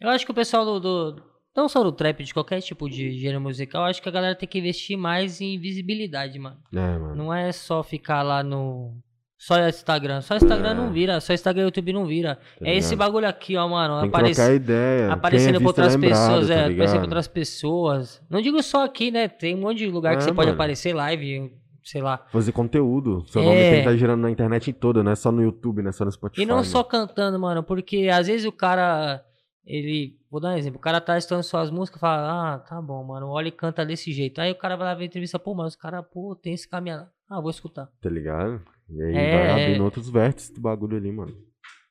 Speaker 1: Eu acho que o pessoal do, do- Não só do trap, de qualquer tipo de gênero musical, eu acho que a galera tem que investir mais em visibilidade, mano.
Speaker 2: É, mano.
Speaker 1: Não é só ficar lá no. Só é Instagram. Só Instagram
Speaker 2: É.
Speaker 1: não vira. Só Instagram e YouTube não vira.
Speaker 2: Tá
Speaker 1: é esse
Speaker 2: ligado?
Speaker 1: bagulho aqui, ó, mano.
Speaker 2: Tem que
Speaker 1: aparece-
Speaker 2: trocar ideia. é
Speaker 1: aparecendo
Speaker 2: para
Speaker 1: pra outras pessoas,
Speaker 2: tá
Speaker 1: é, aparecendo pra
Speaker 2: Aparecendo
Speaker 1: outras pessoas. Não digo só aqui, né? Tem um monte de lugar que
Speaker 2: É,
Speaker 1: você pode
Speaker 2: mano.
Speaker 1: aparecer live, sei lá.
Speaker 2: Fazer conteúdo. Seu
Speaker 1: É.
Speaker 2: nome tem que estar girando na internet em toda, não é só no YouTube, não é só no Spotify.
Speaker 1: E não
Speaker 2: mano.
Speaker 1: só cantando, mano, porque às vezes o cara, ele, vou dar um exemplo, o cara tá estudando suas músicas e fala, ah, tá bom, mano, olha e canta desse jeito. Aí o cara vai lá ver a entrevista, pô, mas o cara, pô, tem esse caminho. Ah, vou escutar.
Speaker 2: Tá ligado? E aí
Speaker 1: É,
Speaker 2: vai
Speaker 1: é.
Speaker 2: abrindo outros vértices do bagulho ali, mano. Tá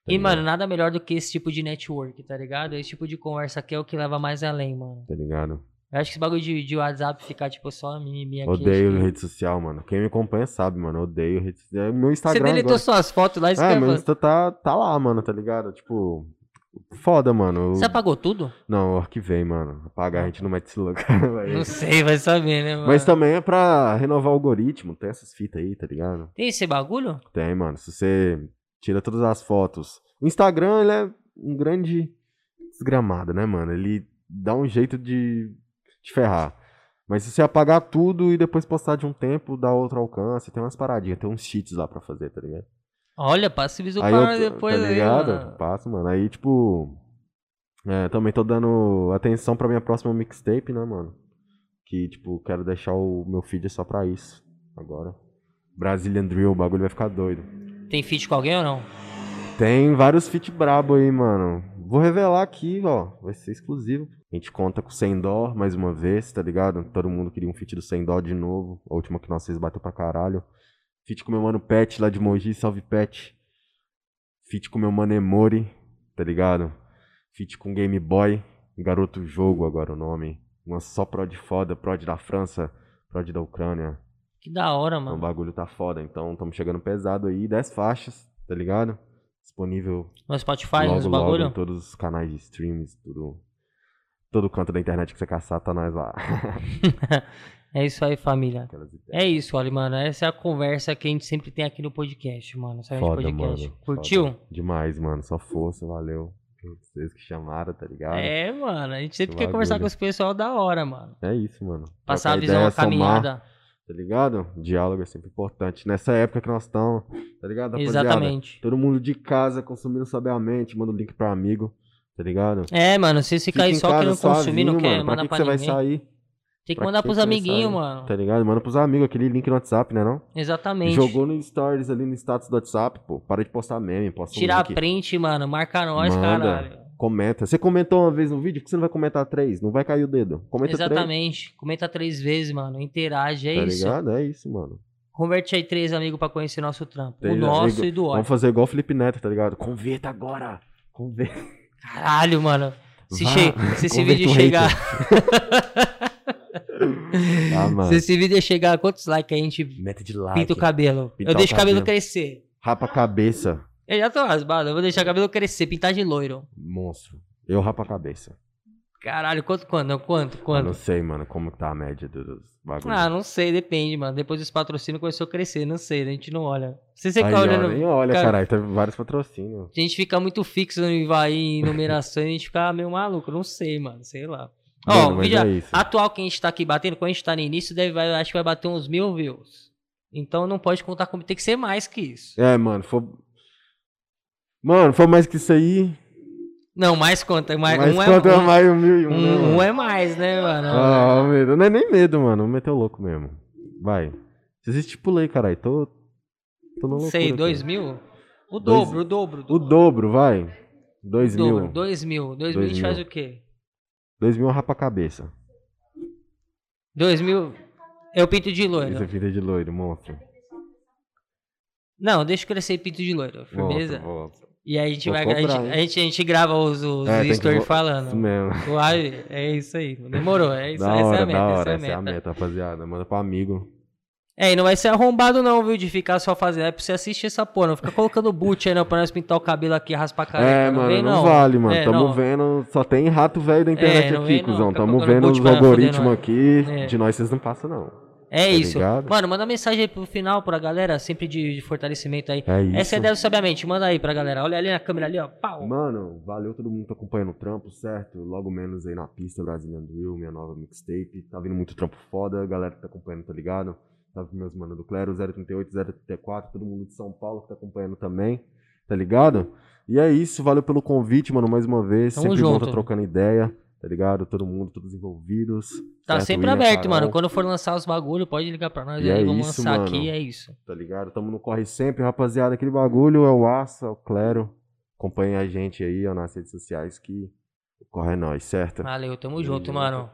Speaker 1: E,
Speaker 2: ligado?
Speaker 1: mano, nada melhor do que esse tipo de network, tá ligado? Esse tipo de conversa aqui é o que leva mais além, mano.
Speaker 2: Tá ligado?
Speaker 1: Eu acho que esse bagulho de, de WhatsApp ficar, tipo, só mimimi aqui. tipo,
Speaker 2: Odeio
Speaker 1: acho que-
Speaker 2: rede social, mano. Quem me acompanha sabe, mano. Odeio rede social. É, Meu
Speaker 1: Você
Speaker 2: Instagram.
Speaker 1: deletou
Speaker 2: agora...
Speaker 1: suas fotos lá e
Speaker 2: É,
Speaker 1: escreveu.
Speaker 2: meu Insta tá, tá lá, mano, tá ligado? Tipo, foda, mano.
Speaker 1: Você apagou tudo?
Speaker 2: Não, eu arquivei, mano. Apagar a gente não mete esse louco. Vai-
Speaker 1: Não sei, vai saber, né, mano?
Speaker 2: É. Mas também é pra renovar o algoritmo. Tem essas fitas aí, tá ligado?
Speaker 1: Tem esse bagulho?
Speaker 2: Tem, mano. Se você tira todas as fotos. O Instagram, ele é um grande desgramado, né, mano? Ele dá um jeito de te ferrar. Mas se você apagar tudo e depois postar de um tempo, dá outro alcance. Tem umas paradinhas, tem uns cheats lá pra fazer, tá ligado?
Speaker 1: Olha, passa o
Speaker 2: Aí eu
Speaker 1: para
Speaker 2: tô-
Speaker 1: depois
Speaker 2: tá
Speaker 1: aí,
Speaker 2: ligado?
Speaker 1: mano.
Speaker 2: Passo, mano. Aí, tipo. é, também tô dando atenção pra minha próxima mixtape, né, mano? Que, tipo, quero deixar o meu feed só pra isso. Agora. Brazilian Drill, o bagulho vai ficar doido.
Speaker 1: Tem feat com alguém ou não?
Speaker 2: Tem vários feat brabo aí, mano. Vou revelar aqui, ó. Vai ser exclusivo. A gente conta com o Sem Dó mais uma vez, tá ligado? Todo mundo queria um feat do Sem Dó de novo. A última que nós vocês bateu pra caralho. Feat com meu mano Pet lá de Mogi, salve Pet. Feat com meu mano Emori, tá ligado? Feat com Game Boy, Garoto Jogo agora o nome. Uma só prod foda, prod da França, prod da Ucrânia.
Speaker 1: Que da hora,
Speaker 2: Então o
Speaker 1: mano.
Speaker 2: bagulho tá foda, então estamos chegando pesado aí, 10 faixas, tá ligado? Disponível
Speaker 1: No Spotify,
Speaker 2: logo,
Speaker 1: nos
Speaker 2: logo
Speaker 1: bagulho?
Speaker 2: em todos os canais de streams, tudo. Todo canto da internet que você caçar, tá nós lá.
Speaker 1: é isso aí, família.
Speaker 2: Aquelas ideias.
Speaker 1: É isso, olha, mano. Essa é a conversa que a gente sempre tem aqui no podcast, mano. Sabe de
Speaker 2: Foda,
Speaker 1: podcast.
Speaker 2: mano.
Speaker 1: Curtiu?
Speaker 2: Foda. Demais, mano. Só força, valeu. Vocês que chamaram, tá ligado? É,
Speaker 1: É, mano. A gente sempre
Speaker 2: Que
Speaker 1: quer conversar
Speaker 2: bagulho.
Speaker 1: com os pessoal da hora, mano.
Speaker 2: É isso, mano.
Speaker 1: Passar
Speaker 2: Trocar
Speaker 1: a visão, a
Speaker 2: ideia, somar,
Speaker 1: caminhada.
Speaker 2: tá ligado? Diálogo é sempre importante. Nessa época que nós estamos, tá ligado? rapaziada?
Speaker 1: Exatamente.
Speaker 2: Todo mundo de casa consumindo sabiamente, manda o link pra amigo, tá ligado?
Speaker 1: É, mano. Se ficar aí
Speaker 2: em
Speaker 1: só
Speaker 2: casa
Speaker 1: querendo consumir, não
Speaker 2: sozinho,
Speaker 1: quer,
Speaker 2: mano.
Speaker 1: manda
Speaker 2: que
Speaker 1: pra
Speaker 2: que você
Speaker 1: ninguém.
Speaker 2: vai sair,
Speaker 1: Tem que
Speaker 2: Pra
Speaker 1: mandar
Speaker 2: que
Speaker 1: pros
Speaker 2: que você
Speaker 1: amiguinhos,
Speaker 2: sai?
Speaker 1: mano.
Speaker 2: tá ligado? Manda pros amigos aquele link no WhatsApp, né não?
Speaker 1: Exatamente.
Speaker 2: Jogou no stories ali no status do WhatsApp, pô. Para de postar meme, posta um
Speaker 1: Tirar a
Speaker 2: link.
Speaker 1: print, mano. Marca nós,
Speaker 2: Manda.
Speaker 1: caralho.
Speaker 2: Comenta. Você comentou uma vez no vídeo, por que você não vai comentar três? Não vai cair o dedo. Comenta três.
Speaker 1: Exatamente. Comenta três vezes, mano. Interage, é
Speaker 2: tá
Speaker 1: isso.
Speaker 2: ligado? É isso, mano.
Speaker 1: Converte aí três amigos pra conhecer nosso trampo. o
Speaker 2: Três
Speaker 1: nosso
Speaker 2: amigos.
Speaker 1: e do
Speaker 2: Vamos
Speaker 1: ódio.
Speaker 2: fazer igual o Felipe Neto, tá ligado? Converta agora. Converta.
Speaker 1: Caralho, mano. Se,
Speaker 2: Vá,
Speaker 1: che- se esse
Speaker 2: converte
Speaker 1: vídeo
Speaker 2: um
Speaker 1: chegar.
Speaker 2: Ah, mano.
Speaker 1: se esse vídeo chegar, quantos likes a gente
Speaker 2: Meta de like.
Speaker 1: pinta o cabelo?
Speaker 2: Ah, Pintar
Speaker 1: eu
Speaker 2: o
Speaker 1: deixo o cabelo,
Speaker 2: cabelo.
Speaker 1: crescer.
Speaker 2: Rapa a cabeça.
Speaker 1: Eu já tô rasbado, eu vou deixar o cabelo crescer, pintar de loiro.
Speaker 2: Monstro. Eu rapa a cabeça.
Speaker 1: Caralho, quanto, quanto, quanto,
Speaker 2: Eu Ah, não
Speaker 1: quanto?
Speaker 2: sei, é. mano, como que tá a média do- dos bagulhos.
Speaker 1: Ah, não sei, depende, mano. Depois os patrocínios começou a crescer, não sei, a gente não olha. Se você
Speaker 2: Aí,
Speaker 1: ficar
Speaker 2: ó,
Speaker 1: olhando.
Speaker 2: nem olha,
Speaker 1: é cara.
Speaker 2: caralho. Teve vários patrocínios.
Speaker 1: A gente fica muito fixo no Ivaí, em numeração, e a gente fica ah, meio maluco, não sei, mano, sei lá. Ó,
Speaker 2: Mano,
Speaker 1: o
Speaker 2: mas
Speaker 1: vídeo
Speaker 2: é isso.
Speaker 1: atual que a gente tá aqui batendo, quando a gente tá no início, deve, vai- acho que vai bater uns mil views. Então não pode contar comigo, tem que ser mais que isso.
Speaker 2: É, mano, foi. Mano, foi mais que isso aí.
Speaker 1: Não, mais conta, mais,
Speaker 2: mas
Speaker 1: um, é,
Speaker 2: quanto é,
Speaker 1: um,
Speaker 2: mais um mil e um, né,
Speaker 1: um-
Speaker 2: mano?
Speaker 1: um é mais, né, mano?
Speaker 2: Ah, medo. Não é nem medo, mano. Meteu louco mesmo. Vai. Vocês estipulei, caralho. Tô. Tô na loucura.
Speaker 1: sei,
Speaker 2: aqui.
Speaker 1: dois mil? O
Speaker 2: Dois-
Speaker 1: dobro, o dobro.
Speaker 2: O dobro, vai. Dois
Speaker 1: o
Speaker 2: mil.
Speaker 1: dobro, dois mil. Dois mil a gente
Speaker 2: Dois
Speaker 1: faz
Speaker 2: mil.
Speaker 1: o quê?
Speaker 2: Dois mil rapa a cabeça.
Speaker 1: Dois mil, eu pinto de
Speaker 2: Esse
Speaker 1: loiro.
Speaker 2: é vida de loiro, monstro.
Speaker 1: Não, deixa crescer pinto de loiro, firmeza.
Speaker 2: Volta, volta.
Speaker 1: E aí a gente
Speaker 2: Vou
Speaker 1: vai.
Speaker 2: cobrar,
Speaker 1: a, gente,
Speaker 2: hein?
Speaker 1: a, gente, a gente grava os, os
Speaker 2: É, tem que
Speaker 1: stories
Speaker 2: vo- Isso
Speaker 1: falando.
Speaker 2: mesmo.
Speaker 1: Uai, é isso aí. Demorou, é isso.
Speaker 2: da
Speaker 1: essa é
Speaker 2: hora,
Speaker 1: a meta.
Speaker 2: da hora.
Speaker 1: essa é a meta.
Speaker 2: rapaziada. Manda pro amigo.
Speaker 1: É, e não vai ser arrombado não, viu? De ficar só fazendo. É pra você assistir essa porra. Não fica colocando boot aí não pra nós pintar o cabelo aqui, raspar a careca.
Speaker 2: é,
Speaker 1: não
Speaker 2: mano,
Speaker 1: vem,
Speaker 2: não,
Speaker 1: não.
Speaker 2: vale, mano.
Speaker 1: É,
Speaker 2: Tamo
Speaker 1: não.
Speaker 2: vendo. Só tem rato velho da
Speaker 1: É,
Speaker 2: internet
Speaker 1: não
Speaker 2: aqui,
Speaker 1: vem, não.
Speaker 2: cuzão.
Speaker 1: Fica
Speaker 2: Tamo
Speaker 1: colocando
Speaker 2: vendo
Speaker 1: boot
Speaker 2: os
Speaker 1: pra fuder
Speaker 2: algoritmos
Speaker 1: nós.
Speaker 2: aqui.
Speaker 1: É.
Speaker 2: De nós vocês não passam, não.
Speaker 1: É isso.
Speaker 2: tá ligado?
Speaker 1: Mano, manda mensagem aí pro final, pra galera, sempre de, de fortalecimento aí.
Speaker 2: É isso.
Speaker 1: Essa é a Deve Saber a Mente. Manda aí pra galera. Olha ali na câmera ali, ó. Pau.
Speaker 2: Mano, valeu todo mundo que tá acompanhando o trampo, certo? Logo menos aí na pista, Brazilian Drill, minha nova mixtape. Tá vindo muito trampo foda, a galera que tá acompanhando, tá ligado? Tá com meus mano do Clero, 038, 034, todo mundo de São Paulo que tá acompanhando também, tá ligado? E é isso, valeu pelo convite, mano, mais uma vez.
Speaker 1: Tamo
Speaker 2: Sempre bom
Speaker 1: junto.
Speaker 2: tá trocando ideia, tá ligado? Todo mundo, todos envolvidos.
Speaker 1: Tá
Speaker 2: certo?
Speaker 1: sempre
Speaker 2: William,
Speaker 1: aberto,
Speaker 2: Carol,
Speaker 1: mano. Quando for lançar os bagulho, pode ligar pra nós
Speaker 2: E
Speaker 1: aí.
Speaker 2: é
Speaker 1: Vamos
Speaker 2: isso,
Speaker 1: lançar
Speaker 2: mano.
Speaker 1: aqui, é isso.
Speaker 2: Tá ligado? Tamo no corre sempre, rapaziada. Aquele bagulho é o Aço, é o Clero. Acompanha a gente aí ó, nas redes sociais que o corre é nós, certo?
Speaker 1: Valeu, tamo
Speaker 2: Tamo
Speaker 1: junto,
Speaker 2: junto.
Speaker 1: mano.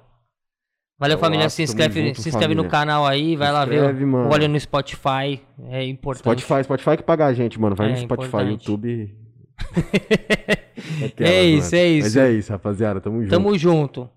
Speaker 1: Valeu,
Speaker 2: É o
Speaker 1: família.
Speaker 2: aço,
Speaker 1: Se
Speaker 2: tamo
Speaker 1: inscreve,
Speaker 2: junto,
Speaker 1: se inscreve no
Speaker 2: família.
Speaker 1: canal aí, vai lá ver.
Speaker 2: Escreve, mano.
Speaker 1: Olha no Spotify. É importante.
Speaker 2: Spotify, Spotify que paga a gente, mano. Vai
Speaker 1: É,
Speaker 2: no Spotify,
Speaker 1: importante.
Speaker 2: YouTube.
Speaker 1: É isso, é isso.
Speaker 2: Mas é isso, rapaziada. Tamo junto.
Speaker 1: Tamo junto.